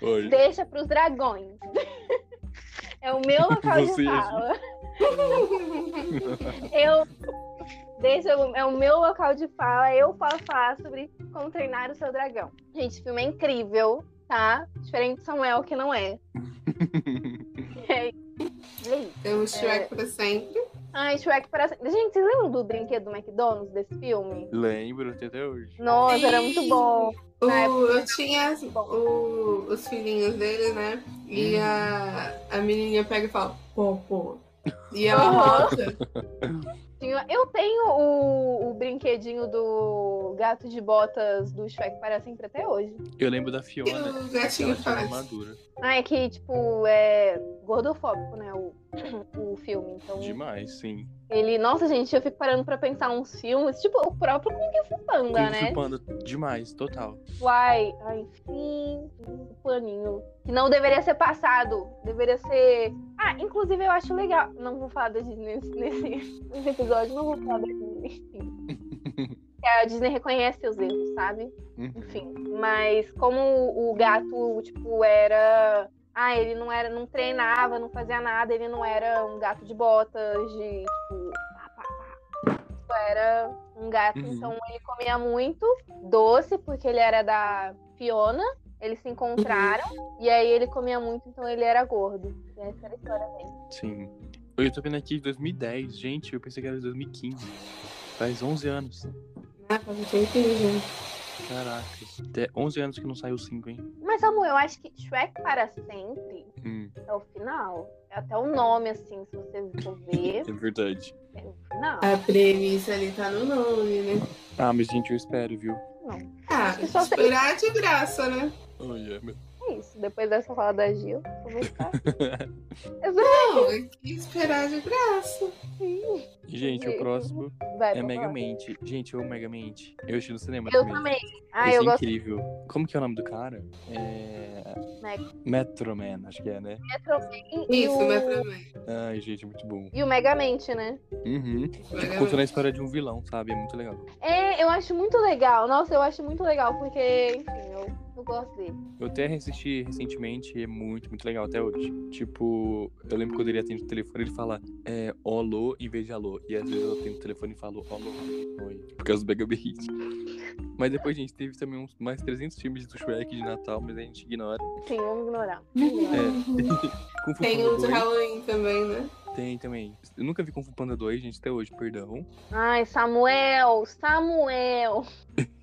Speaker 2: Oi.
Speaker 4: Deixa pros dragões. É o meu local
Speaker 2: Você, gente.
Speaker 4: de fala. Eu. Deixa, eu- é o meu local de fala. Eu falo falar sobre como treinar o seu dragão. Gente, esse filme é incrível, tá? Diferente do Samuel, que não é. É isso. É isso.
Speaker 1: Temos Shrek pra sempre.
Speaker 4: Ai, Shrek para. Gente, vocês lembram do brinquedo do McDonald's desse filme?
Speaker 2: Lembro até até hoje.
Speaker 4: Nossa, era
Speaker 1: Sim.
Speaker 4: muito bom.
Speaker 1: O...
Speaker 4: Na época
Speaker 1: Eu tinha as-
Speaker 4: Bom.
Speaker 1: o- os filhinhos dele, né? E
Speaker 2: Uhum.
Speaker 1: a... a menininha pega e fala, pô, pô. E ela
Speaker 4: Aham.
Speaker 1: roda.
Speaker 4: Tinha- Eu tenho o, o brinquedinho do gato de botas do Shrek para sempre até hoje.
Speaker 2: Eu lembro da
Speaker 1: E
Speaker 2: Fiona.
Speaker 1: o
Speaker 2: Que ela
Speaker 1: gatinho assim,
Speaker 2: tinha uma
Speaker 1: faz.
Speaker 2: armadura.
Speaker 4: Ah, é que, tipo, é gordofóbico, né? O, o filme. Então,
Speaker 2: Demais, sim.
Speaker 4: ele. Nossa, gente, eu fico parando pra pensar uns filmes. Tipo, o próprio Kung Fu Panda,
Speaker 2: Kung
Speaker 4: né?
Speaker 2: Fu Panda, demais, total.
Speaker 4: Uai, ai, enfim, um paninho. Que não deveria ser passado. Deveria ser. Ah, inclusive eu acho legal. Não vou falar da Disney nesse, nesse- nesse episódio, não vou falar da Disney. Enfim. Que a Disney reconhece seus erros, sabe?
Speaker 2: Uhum.
Speaker 4: Enfim. Mas como o gato, tipo, era. Ah, ele não era, não treinava, não fazia nada, ele não era um gato de botas, de tipo. Pá, pá, pá. Tipo, era Um gato,
Speaker 2: Uhum.
Speaker 4: então, ele comia muito doce, porque ele era da Fiona. Eles se encontraram e aí ele comia muito, então ele era gordo. E essa era a história dele.
Speaker 2: Sim. Eu tô vendo é aqui de 2010. Gente, eu pensei que era de 2015. Faz 11 anos.
Speaker 1: Ah, faz um tempinho já.
Speaker 2: Caraca. Até 11 anos que não saiu 5, hein?
Speaker 4: Mas, amor, eu acho que Shrek para sempre
Speaker 2: Hum,
Speaker 4: é o final. É até o nome, assim, se você for ver,
Speaker 2: é verdade.
Speaker 4: é o final.
Speaker 1: A premissa ali tá no nome, né?
Speaker 2: Ah, mas gente, eu espero, viu?
Speaker 1: Ah,
Speaker 4: que só tem-
Speaker 1: esperar de graça, né?
Speaker 2: Olha, Oh, meu.
Speaker 4: É isso. Depois dessa fala da Gil, eu vou ficar
Speaker 1: Não, é que esperar de graça.
Speaker 4: assim.
Speaker 2: Gente, o próximo
Speaker 4: Vai,
Speaker 2: é
Speaker 4: vou falar.
Speaker 2: Megamente. Gente, eu amo Megamente. Eu assisti no cinema
Speaker 4: Eu
Speaker 2: também.
Speaker 4: também. Ah,
Speaker 2: Esse
Speaker 4: eu
Speaker 2: é
Speaker 4: gosto
Speaker 2: incrível. Como que é o nome do cara? É...
Speaker 4: do Mac.
Speaker 2: Metroman, acho que é, né?
Speaker 4: Metro Man e
Speaker 1: Isso,
Speaker 4: o...
Speaker 1: mas pra mim.
Speaker 2: Ai, gente, é muito bom.
Speaker 4: E o Megamente, né?
Speaker 2: Uhum. Tipo, contando a história de um vilão, sabe? É muito legal.
Speaker 4: É, eu acho muito legal. Nossa, eu acho muito legal, porque, enfim, eu, eu gosto dele.
Speaker 2: Eu até assisti recentemente e é muito, muito legal até hoje. Tipo, eu lembro quando ele atende o telefone, ele fala é, olô em vez de alô. E às vezes eu atendo o telefone e falo olô. Oi. Por causa do Mega Man. Mas depois, gente, teve também uns, mais 300 filmes do Shrek de Natal, mas a gente ignora.
Speaker 4: Sim, vamos ignorar.
Speaker 2: Kung Fu
Speaker 1: Tem
Speaker 2: Panda
Speaker 1: o do
Speaker 2: 2,
Speaker 1: Halloween também, né?
Speaker 2: tem também. Eu nunca vi Kung Fu Panda 2, gente, até hoje, perdão.
Speaker 4: Ai, Samuel, Samuel.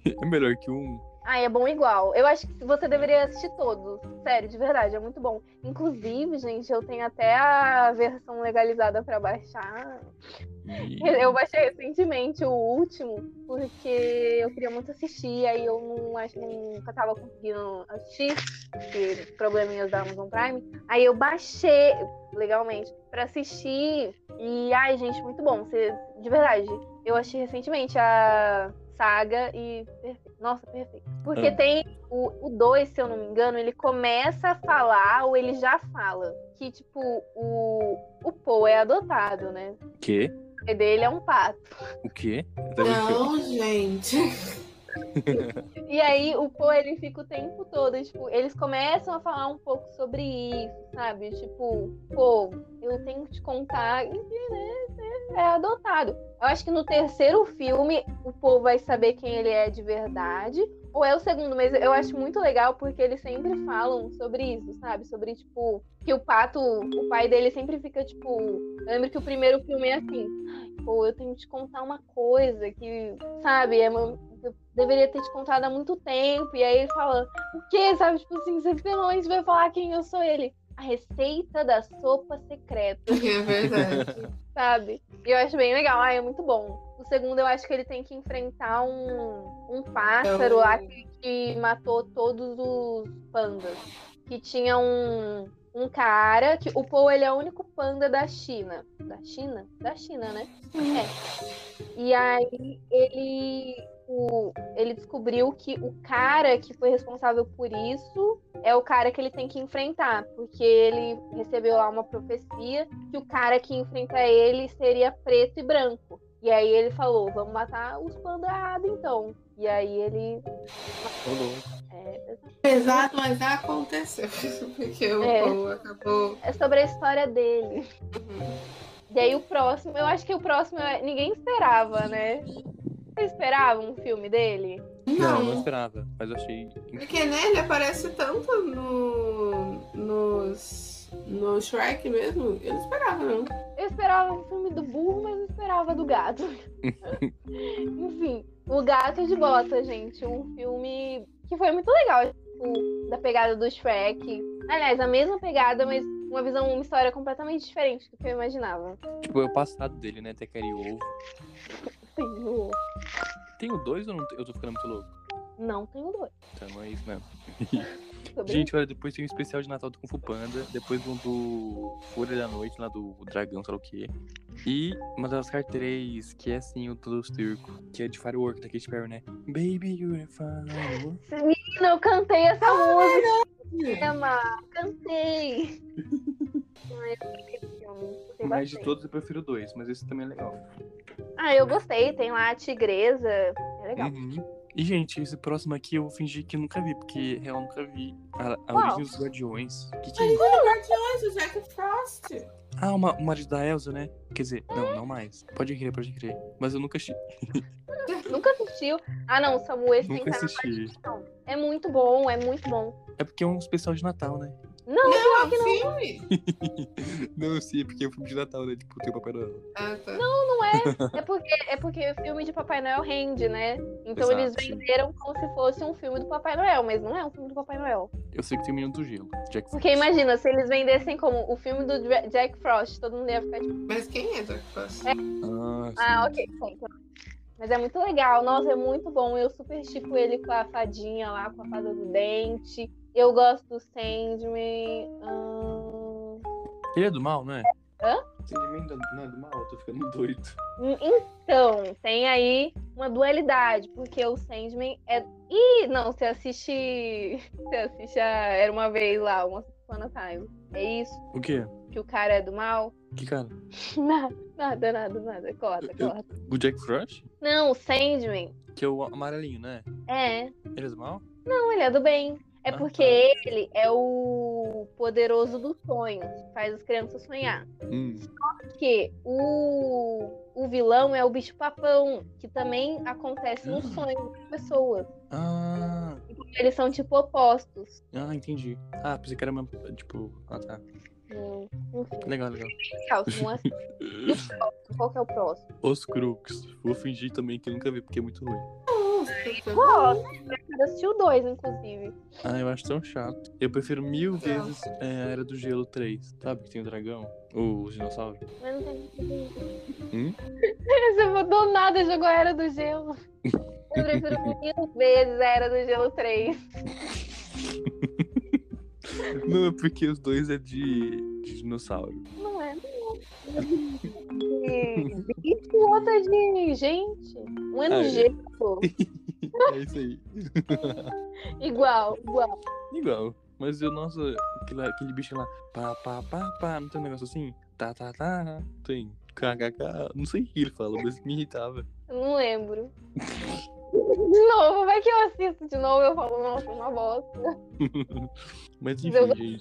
Speaker 2: É melhor que um.
Speaker 4: Ai, é bom igual. Eu acho que você deveria assistir todos. Sério, de verdade, é muito bom. Inclusive, gente, eu tenho até a versão legalizada pra baixar.
Speaker 2: E...
Speaker 4: Eu baixei recentemente o último, porque eu queria muito assistir, aí eu não, ach- nunca tava conseguindo assistir, porque probleminhas da Amazon Prime. Aí eu baixei legalmente pra assistir. E ai, gente, muito bom. Você, de verdade, eu achei recentemente a saga e perfeito. Nossa, perfeito. Porque
Speaker 2: Ah.
Speaker 4: tem o 2, se eu não me engano, ele começa a falar, ou ele já fala, que tipo, o, o Poe é adotado, né?
Speaker 2: Quê?
Speaker 4: bebê, dele é um pato.
Speaker 2: O quê? Eu tava aqui,
Speaker 1: Não, gente.
Speaker 4: E aí o Po ele fica o tempo todo, tipo, eles começam a falar um pouco sobre isso, sabe? Tipo, pô, eu tenho que te contar e né, você é adotado. Eu acho que no terceiro filme o Po vai saber quem ele é de verdade. Ou é o segundo, mas eu acho muito legal porque eles sempre falam sobre isso, sabe? Sobre, tipo, que o pato, o pai dele sempre fica, tipo. Eu lembro que o primeiro filme é assim, pô, eu tenho que te contar uma coisa que, sabe, é uma- eu deveria ter te contado há muito tempo. E aí ele fala, o quê? Sabe, tipo assim, você finalmente vai falar quem eu sou E ele. A receita da sopa secreta,
Speaker 1: É verdade.
Speaker 4: sabe? E eu acho bem legal, ah, é muito bom. O segundo, eu acho que ele tem que enfrentar um, um pássaro
Speaker 1: Então-
Speaker 4: lá que, que matou todos os pandas. Que tinha um, um cara, que o Paul, ele é o único panda da China. Da China? Da China, né? É. E aí ele, o, ele descobriu que o cara que foi responsável por isso é o cara que ele tem que enfrentar, porque ele recebeu lá uma profecia que o cara que enfrenta ele seria preto e branco. E aí ele falou, vamos matar os pandas errado então. E aí ele.
Speaker 2: Olô.
Speaker 4: É,
Speaker 1: Pesado, mas aconteceu. Porque o
Speaker 4: É.
Speaker 1: povo acabou.
Speaker 4: é sobre a história dele. E aí o próximo, eu acho que o próximo é- ninguém esperava, né? Vocês esperavam um filme dele?
Speaker 2: Não, eu não
Speaker 1: Não,
Speaker 2: esperava, mas eu achei.
Speaker 1: porque né, ele aparece tanto no. nos. no Shrek mesmo. Eu não esperava, não.
Speaker 4: Eu esperava um filme do burro, mas não esperava do gato. Enfim, O Gato de Bota, gente. Um filme que foi muito legal, tipo, da pegada do Shrek. Aliás, a mesma pegada, mas uma visão, uma história completamente diferente do que eu imaginava.
Speaker 2: Tipo, é o passado dele, né? Tecaria e ovo.
Speaker 4: Sim, o-
Speaker 2: Tem o 2 ou não tem? Eu tô ficando muito louco.
Speaker 4: Não tenho dois.
Speaker 2: Então não é isso mesmo.
Speaker 4: Sobre
Speaker 2: Gente, olha, depois tem um especial de Natal do Kung Fu Panda, depois um do Folha da Noite, lá do Dragão, sei lá o quê. E Madagascar 3, que é assim, o do circo, que é de Firework, da Katy Perry, né? Baby, you're a firework.
Speaker 4: isso. Menina, eu cantei essa música
Speaker 1: É
Speaker 4: no cinema. Cantei. Ai, eu gostei desse filme, gostei
Speaker 2: Mas de
Speaker 4: bastante.
Speaker 2: todos eu prefiro dois, mas esse também é legal.
Speaker 4: Ah, eu gostei. Tem lá a tigresa. É legal.
Speaker 2: Uhum. E, gente, esse próximo aqui eu vou fingir que eu nunca vi, porque real eu nunca vi. A, a
Speaker 4: Qual?
Speaker 2: Origem dos Guardiões. Que que é isso?
Speaker 1: Guardiões, o Jack Frost.
Speaker 2: Ah, uma, o marido da Elsa, né? Quer dizer, não, não mais. Pode crer, pode crer. Mas eu nunca assisti.
Speaker 4: Nunca assistiu? Ah, não, Samu, esse tem que
Speaker 2: Nunca
Speaker 4: estar na
Speaker 2: assisti.
Speaker 4: participação. É muito bom, é muito bom.
Speaker 2: É porque é um especial de Natal, né?
Speaker 4: Não,
Speaker 1: Não, é um filme.
Speaker 2: Não, eu sei, porque é um filme de Natal, né? Tipo, tem o Papai Noel.
Speaker 1: Ah, tá.
Speaker 4: não é. É porque, é porque filme de Papai Noel rende, né? Então eles
Speaker 2: Exato, sim.
Speaker 4: venderam como se fosse um filme do Papai Noel, mas não é um filme do Papai Noel.
Speaker 2: Eu sei que tem o Menino do Gelo. Jack
Speaker 4: Porque
Speaker 2: Frost.
Speaker 4: imagina, se eles vendessem como o filme do Dra- Jack Frost, todo mundo ia ficar tipo,
Speaker 1: Mas quem é Jack Frost?
Speaker 2: Ah, sim.
Speaker 4: ah, ok, conta. Mas é muito legal, nossa, é muito bom. Eu super tipo ele com a fadinha lá, com a fada do dente. Eu gosto do Sandman. ahn,
Speaker 2: Ele é do mal, não é?
Speaker 4: Hã?
Speaker 2: Ele não é do mal, eu tô ficando doido.
Speaker 4: Então, tem aí uma dualidade, porque o Sandman é. Ih, não, você assiste. Você assiste a Era uma vez lá, uma semana time. É isso?
Speaker 2: O quê?
Speaker 4: Que o cara é do mal?
Speaker 2: Que cara?
Speaker 4: Nada, nada, nada, nada. Corta,
Speaker 2: Eu-
Speaker 4: corta.
Speaker 2: O Jack Frost?
Speaker 4: Não, o Sandman.
Speaker 2: Que é o amarelinho, né?
Speaker 4: É.
Speaker 2: Ele é do mal?
Speaker 4: Não, ele é do bem. É
Speaker 2: Ah,
Speaker 4: porque ele é o poderoso dos sonhos, faz as crianças sonhar.
Speaker 2: Hum.
Speaker 4: Porque o, o vilão é o bicho-papão, que também acontece nos sonhos das pessoas.
Speaker 2: Ah,
Speaker 4: Eles são tipo opostos.
Speaker 2: ah, entendi. Ah, pensei que era uma, tipo... Ah, tá.
Speaker 4: Hum, Enfim,
Speaker 2: Legal, legal.
Speaker 4: legal, não é- qual que é o próximo?
Speaker 2: Os Crooks. Vou fingir também que eu nunca vi, porque é muito ruim.
Speaker 1: Nossa,
Speaker 4: Gosto, eu assisti o dois, inclusive.
Speaker 2: Ah, eu acho tão chato. Eu prefiro mil vezes é, a Era do Gelo 3. Sabe que tem o dragão? O dinossauro?
Speaker 4: Mas não tem
Speaker 2: Hum?
Speaker 4: Você mudou nada, jogou a Era do Gelo. Eu prefiro mil vezes a Era do Gelo 3.
Speaker 2: Não, é porque os dois é de, de dinossauro.
Speaker 4: Não é, não é. E o outro é de gente. Um é
Speaker 2: Ah,
Speaker 4: no
Speaker 2: é.
Speaker 4: gelo.
Speaker 2: É isso aí.
Speaker 4: Igual, igual.
Speaker 2: Igual. Mas eu, nossa, aquele, aquele bicho lá. Pá, pá, pá, pá. Não tem um negócio assim? Tá, tá, tá. Tem. KKK. Não sei o que ele fala, mas me irritava.
Speaker 4: Eu não lembro. De novo, vai que eu assisto de novo eu falo, nossa, uma bosta.
Speaker 2: Mas
Speaker 4: Mas eu
Speaker 2: enfim,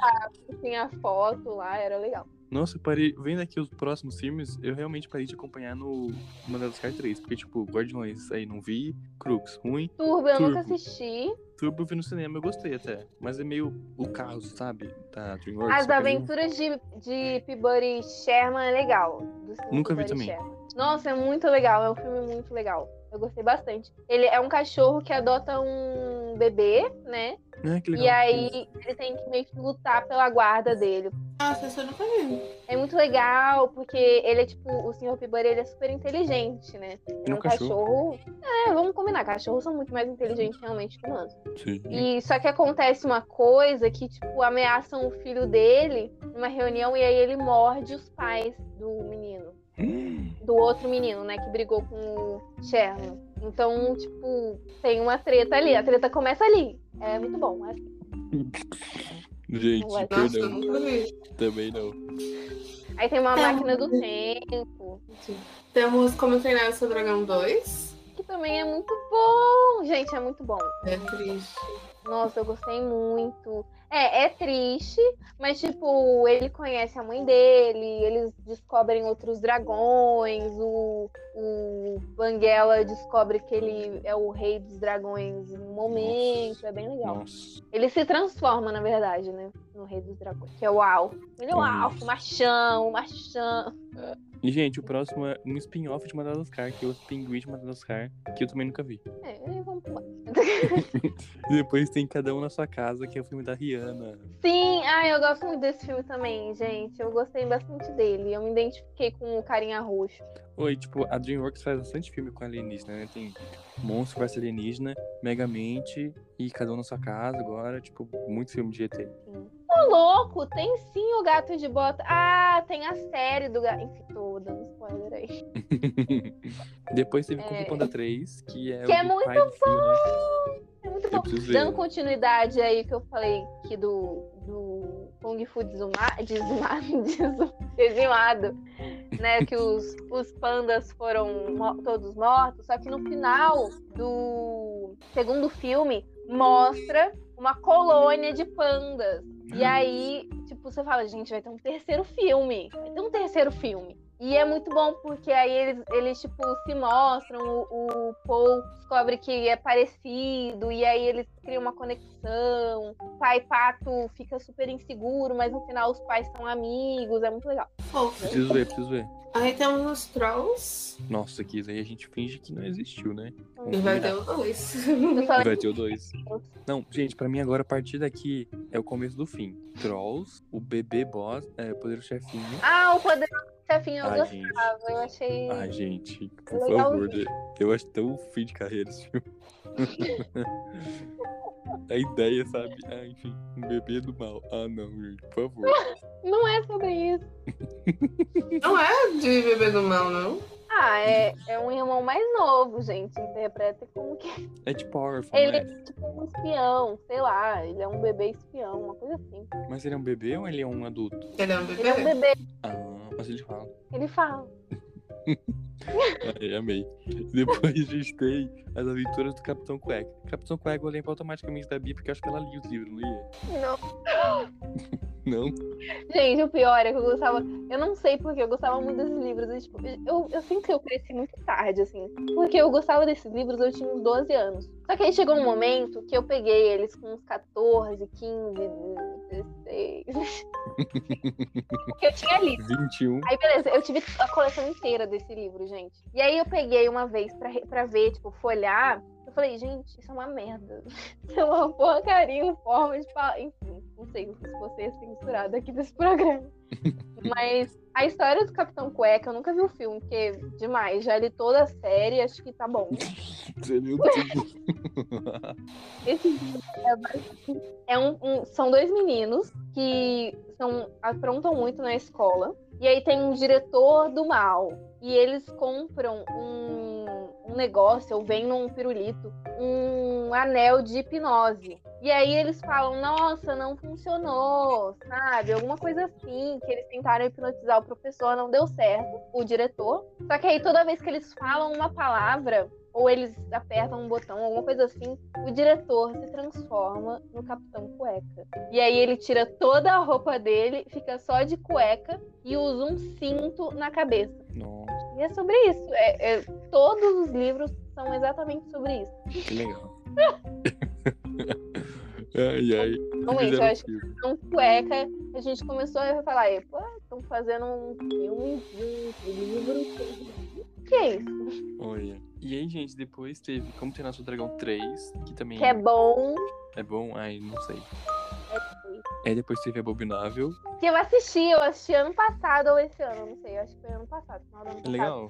Speaker 2: gente.
Speaker 4: Tinha foto lá, era legal.
Speaker 2: Nossa, eu parei. Vendo aqui os próximos filmes, eu realmente parei de acompanhar no Madagascar 3. Porque, tipo, Guardiões aí não vi. Crooks, ruim.
Speaker 4: Turbo, eu nunca
Speaker 2: Turbo.
Speaker 4: assisti.
Speaker 2: Turbo eu vi no cinema, eu gostei até. Mas é meio o caos, sabe? Da DreamWorks.
Speaker 4: As
Speaker 2: eu quero-
Speaker 4: Aventuras de, de Peabody Sherman é legal. do filme
Speaker 2: Nunca vi
Speaker 4: Peabody
Speaker 2: também.
Speaker 4: Sherman. Nossa, é muito legal. É um filme muito legal. Eu gostei bastante. Ele é um cachorro que adota um bebê, né?
Speaker 2: Ah, que legal.
Speaker 4: E aí ele tem que meio que lutar pela guarda dele.
Speaker 1: essa eu nunca vi.
Speaker 4: É muito legal, porque ele é tipo, o Sr. Peabody ele é super inteligente, né?
Speaker 2: Ele é um cachorro.
Speaker 4: É, vamos combinar, cachorros são muito mais inteligentes realmente que humanos.
Speaker 2: Sim.
Speaker 4: E só que acontece uma coisa que, tipo, ameaçam o filho dele numa reunião e aí ele morde os pais do menino. Do outro menino, né? Que brigou com o Sherman. Então, tipo, tem uma treta ali. A treta começa ali. É muito bom. é assim.
Speaker 2: Gente,
Speaker 4: Nossa,
Speaker 1: Nossa, eu
Speaker 2: perdão.
Speaker 1: nunca vi.
Speaker 2: Também não.
Speaker 4: Aí tem uma
Speaker 1: Tá.
Speaker 4: máquina do tempo.
Speaker 1: Temos Como Treinar o Seu Dragão 2.
Speaker 4: Que também é muito bom. Gente, é muito bom.
Speaker 1: É triste.
Speaker 4: Nossa, eu gostei muito. É, é triste, mas tipo, ele conhece a mãe dele, eles descobrem outros dragões, o, o Banguela descobre que ele é o rei dos dragões em um momento, é bem legal.
Speaker 2: Nossa.
Speaker 4: Ele se transforma, na verdade, né? No rei dos dragões, que é o Alf. Ele é o
Speaker 2: Nossa.
Speaker 4: Alf, machão, machão.
Speaker 2: E, gente, o próximo é um spin-off de Madagascar, que é o Pinguim de Madagascar, que eu também nunca vi.
Speaker 4: É, é, vamos pular.
Speaker 2: E depois tem Cada Um na Sua Casa, que é o filme da Rihanna.
Speaker 4: Sim, ah, eu gosto muito desse filme também, gente. Eu gostei bastante dele. Eu me identifiquei com o carinha roxo.
Speaker 2: Oi, tipo, a DreamWorks faz bastante filme com alienígena, né? Tem Monstro vs Alienígena, Megamente e Cada Um na Sua Casa agora. Tipo, muito filme de ET.
Speaker 4: Ô, Tá louco, tem sim o gato de bota. Ah, tem a série do gato. Enfim, tô dando spoiler aí.
Speaker 2: Depois teve Kung
Speaker 4: É.
Speaker 2: Fu Panda 3, que é
Speaker 4: Que
Speaker 2: o
Speaker 4: é
Speaker 2: do
Speaker 4: muito
Speaker 2: pai do filho, né?
Speaker 4: É muito
Speaker 2: Eu
Speaker 4: bom.
Speaker 2: preciso ver.
Speaker 4: Dando continuidade aí que eu falei aqui do, do Kung Fu desuma, desumado, desu- dizimado, né? Que os, os pandas foram mo- todos mortos. Só que no final do segundo filme mostra uma colônia de pandas. E aí, tipo, tipo, você fala, gente, vai ter um terceiro filme. Vai ter um terceiro filme. E é muito bom, porque aí eles, eles tipo, se mostram, o, o Paul descobre que é parecido, e aí eles criam uma conexão. O pai pato fica super inseguro, mas no final os pais são amigos, é muito legal.
Speaker 1: Fofo.
Speaker 2: Preciso ver, preciso ver.
Speaker 1: Aí temos os Trolls.
Speaker 2: Nossa, que isso aí a gente finge que não existiu, né?
Speaker 4: Hum.
Speaker 1: E vai ter um o 2.
Speaker 4: Eu só
Speaker 2: E vai ter o 2.
Speaker 4: Hum.
Speaker 2: Não, gente, pra mim agora, a partir daqui, é o começo do fim. Trolls, o bebê boss, é, poder chefinho.
Speaker 4: Ah, o Poderoso Chefinho eu
Speaker 2: Ai,
Speaker 4: gostava,
Speaker 2: gente.
Speaker 4: eu achei...
Speaker 2: Ai, gente, por
Speaker 4: Legalzinho.
Speaker 2: favor. de- Eu acho tão fim de carreira esse filme. A ideia, sabe? Ah, enfim, um bebê do mal. Ah, não, gente, por favor.
Speaker 4: Não é sobre isso.
Speaker 1: Não é de bebê do mal, não.
Speaker 4: Ah, é, é um irmão mais novo, gente. Interpreta como que
Speaker 2: É de Powerful,
Speaker 4: ele
Speaker 2: né?
Speaker 4: é tipo um espião, sei lá. Ele é um bebê espião, uma coisa assim.
Speaker 2: Mas ele é um bebê ou ele é um adulto?
Speaker 1: Ele é um bebê.
Speaker 4: Ele é um bebê,
Speaker 2: Ah, mas ele fala.
Speaker 4: ele fala.
Speaker 2: Ai, amei. Depois a gente tem as aventuras do Capitão Cueca. Capitão Cueca eu lembro automaticamente da Bia, porque eu acho que ela lia os livros, não lia?
Speaker 4: Não.
Speaker 2: Não?
Speaker 4: Gente, o pior é que eu gostava. Eu não sei porque eu gostava muito desses livros. E, tipo, eu, eu sinto que eu cresci muito tarde, assim. Porque eu gostava desses livros, eu tinha uns 12 anos. Só que aí chegou um momento que eu peguei eles com uns 14, 15, 16. porque eu tinha lido.
Speaker 2: 21.
Speaker 4: Aí, beleza, eu tive a coleção inteira desse livro, gente. E aí eu peguei uma vez pra, re- pra ver, tipo, folhar. Eu falei, gente, isso é uma merda. Isso é uma porcaria, uma forma de falar. Enfim, não sei se você é censurado aqui desse programa. Mas a história do Capitão Cueca, eu nunca vi o filme, porque é demais. Já li toda a série, acho que tá bom.
Speaker 2: Você leu tudo.
Speaker 4: Esse livro é basicamente- é um, um- são dois meninos que são aprontam muito na escola e aí tem um diretor do mal e eles compram um, um negócio ou vêm num pirulito um anel de hipnose e aí eles falam nossa não funcionou sabe alguma coisa assim que eles tentaram hipnotizar o professor não deu certo o diretor só que aí toda vez que eles falam uma palavra ou eles apertam um botão alguma coisa assim o diretor se transforma no Capitão Cueca. E aí ele tira toda a roupa dele, fica só de cueca e usa um cinto na cabeça.
Speaker 2: Nossa,
Speaker 4: E é sobre isso. É- é- todos os livros são exatamente sobre isso.
Speaker 2: que legal. ai, ai.
Speaker 4: Bom, isso, eu
Speaker 2: Fizeram
Speaker 4: acho
Speaker 2: um filme.
Speaker 4: Então, cueca, a gente começou a falar, estão fazendo um filme de um livro. O que é isso?
Speaker 2: Olha. E aí, gente, depois teve Como Treinar Seu Dragão 3, que também
Speaker 4: Que é bom.
Speaker 2: é bom. Ai, não sei.
Speaker 4: É,
Speaker 2: Aí depois teve Abominável.
Speaker 4: Que eu assisti, eu assisti ano passado ou esse ano, não sei, eu acho que foi ano passado, final do ano
Speaker 2: É
Speaker 4: passado.
Speaker 2: legal.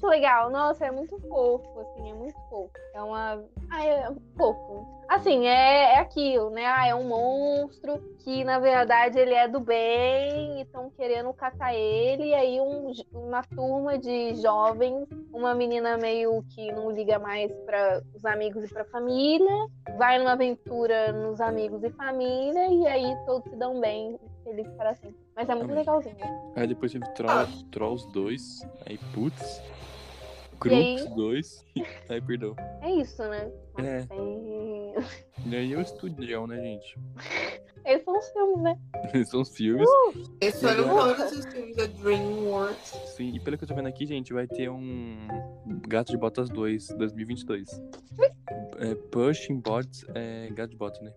Speaker 4: muito legal. Nossa, é muito fofo, assim, é muito fofo. É uma. Ah, é fofo. Assim, é, é aquilo, né? Ah, é um monstro que, na verdade, ele é do bem e estão querendo catar ele. E aí, um j- uma turma de jovens, uma menina meio que não liga mais para os amigos e para família, vai numa aventura nos amigos e família. E aí, todos se dão bem, felizes para sempre. Mas é muito
Speaker 2: Amém.
Speaker 4: legalzinho.
Speaker 2: Aí depois teve
Speaker 4: Ah.
Speaker 2: Trolls, Trolls 2. Aí, putz.
Speaker 4: E aí?
Speaker 2: Crux 2. Ai, perdão.
Speaker 4: É isso, né?
Speaker 2: É.
Speaker 4: Tem-
Speaker 2: E aí é o estudião, né, gente?
Speaker 4: Esses são os filmes, né?
Speaker 2: Esses são os
Speaker 4: Uh!
Speaker 2: filmes.
Speaker 1: Esses foram
Speaker 4: é um
Speaker 1: todos os filmes um da DreamWorks.
Speaker 2: Sim, e pelo que eu tô vendo aqui, gente, vai ter um Gato de Botas 2, 2022. É, Pushing Bots, é Gato de Botas, né?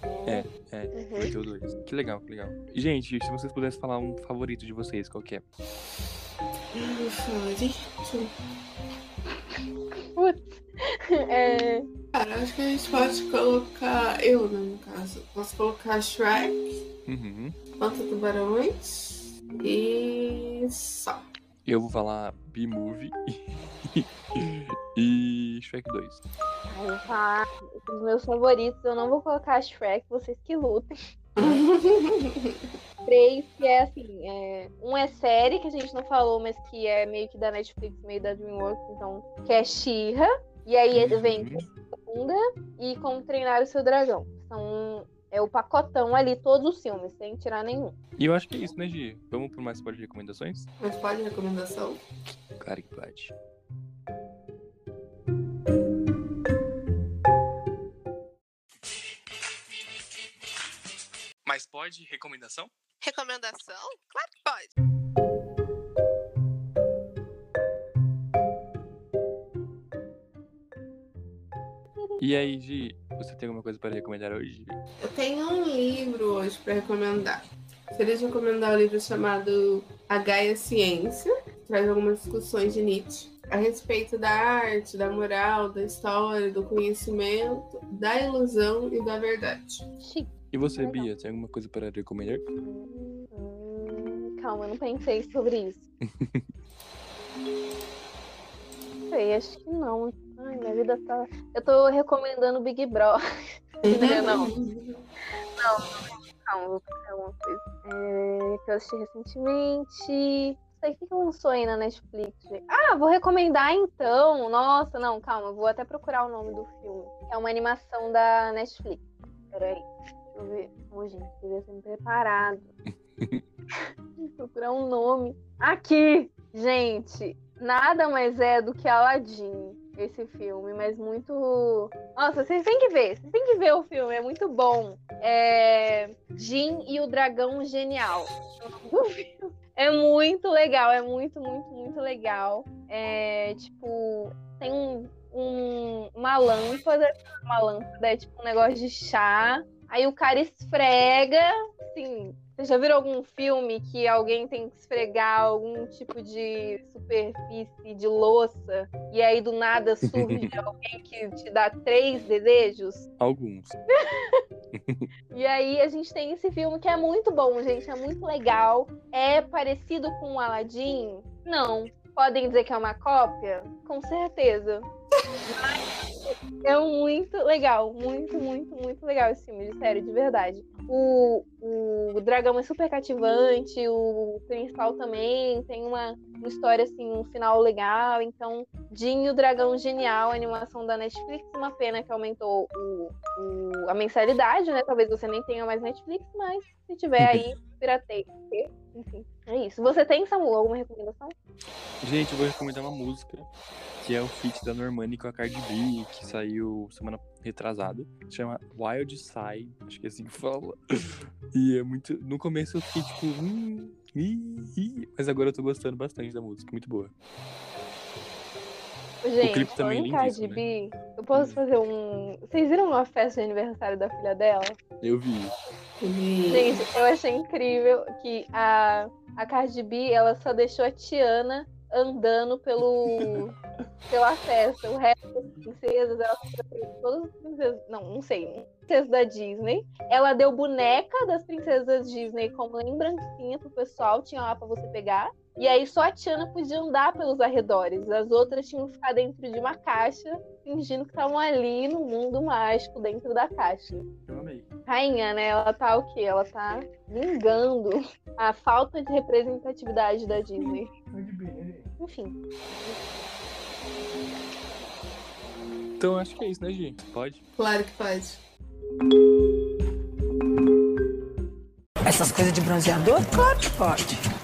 Speaker 2: Vai
Speaker 4: Uhum.
Speaker 2: ter o 2. Que legal, que legal. Gente, se vocês pudessem falar um favorito de vocês, qual que é?
Speaker 4: Putz. É,
Speaker 1: Cara, acho que a gente pode colocar. Eu, né, no caso. Posso colocar Shrek,
Speaker 2: Uhum.
Speaker 1: Planta Tubarões e. só.
Speaker 2: Eu vou falar B-Movie e Shrek 2.
Speaker 4: ai, eu vou falar os um meus favoritos. Eu não vou colocar Shrek, vocês que lutem. Três, que é assim: é, um é série, que a gente não falou, mas que é meio que da Netflix, meio da Dreamworks, então, que é She-Ra. E aí ele vem
Speaker 2: Uhum.
Speaker 4: Profunda e Como Treinar o Seu Dragão. São, é o pacotão ali, todos os filmes, sem tirar nenhum.
Speaker 2: E eu acho que é isso, né, Gi? Vamos por mais parte de recomendações?
Speaker 1: Mas pode recomendação?
Speaker 2: Claro que pode. Mas pode recomendação?
Speaker 6: Recomendação? Claro que pode.
Speaker 2: E aí, Gi, você tem alguma coisa para recomendar hoje?
Speaker 1: Eu tenho um livro hoje para recomendar. Gostaria de recomendar um livro chamado A Gaia Ciência. que Traz algumas discussões de Nietzsche a respeito da arte, da moral, da história, do conhecimento, da ilusão e da verdade.
Speaker 4: Chique.
Speaker 2: E você,
Speaker 4: Legal.
Speaker 2: Bia, tem alguma coisa para recomendar?
Speaker 4: Hum, calma, eu não pensei sobre isso. Não sei, acho que não. Ai, minha vida tá. Eu tô recomendando Big Brother. Não, Calma, vou pensar em alguma coisa. É, que eu assisti recentemente. Não sei o que que lançou aí na Netflix. gente? Ah, vou recomendar então. Nossa, não, calma, eu vou até procurar o nome do filme. É uma animação da Netflix. Peraí. Deixa eu ver. Ô, gente, devia ser preparado. procurar um nome. Aqui! Gente, nada mais é do que Aladdin. Esse filme, mas muito. Nossa, vocês têm que ver, vocês têm que ver o filme, é muito bom. É... Jin e o Dragão Genial. É muito legal, é muito, muito, muito legal. É tipo, tem um, um- uma lâmpada, uma lâmpada é tipo um negócio de chá. Aí o cara esfrega, assim. Você já viram algum filme que alguém tem que esfregar algum tipo de superfície de louça e aí do nada surge alguém que te dá três desejos?
Speaker 2: Alguns.
Speaker 4: E aí a gente tem esse filme que é muito bom, gente, é muito legal. É parecido com o Aladdin? Não. Podem dizer que é uma cópia? Com certeza. Mas é muito legal, muito, muito, muito legal esse filme, de sério, de verdade. O, o dragão é super cativante, o principal também tem uma, uma história assim, um final legal. Então, Jin e o Dragão Genial, animação da Netflix, uma pena que aumentou o, o- a mensalidade, né? Talvez você nem tenha mais Netflix, mas se tiver aí, piratei. Enfim, é isso. Você tem, Samu, alguma recomendação?
Speaker 2: Gente, eu vou recomendar uma música, que é o feat da Normani com a Cardi B, que saiu semana retrasada. Chama Wild Side, acho que é assim que fala. E é muito. No começo eu fiquei tipo. Hum, ih, ih", mas agora eu tô gostando bastante da música, muito boa.
Speaker 4: Gente,
Speaker 2: clipe também
Speaker 4: falando em
Speaker 2: é lindíssimo, Hum.
Speaker 4: Cardi B, eu posso fazer um. Vocês viram uma festa de aniversário da filha dela?
Speaker 2: Eu vi.
Speaker 1: Gente,
Speaker 4: Gente, eu achei incrível que a, a Cardi B, ela só deixou a Tiana andando pelo pela festa. O resto das princesas, ela todas as princesas, não, não sei, princesas da Disney. Ela deu boneca das princesas da Disney como lembrancinha pro pessoal, tinha lá pra você pegar. E aí só a Tiana podia andar pelos arredores. As outras tinham que ficar dentro de uma caixa, fingindo que estavam ali no mundo mágico, dentro da caixa
Speaker 2: Eu amei.
Speaker 4: rainha, né? Ela tá o quê? Ela tá vingando a falta de representatividade da Disney. Enfim,
Speaker 2: Então acho que é isso, né, Gi? Pode?
Speaker 1: claro que pode.
Speaker 3: Essas coisas de bronzeador? Claro que pode.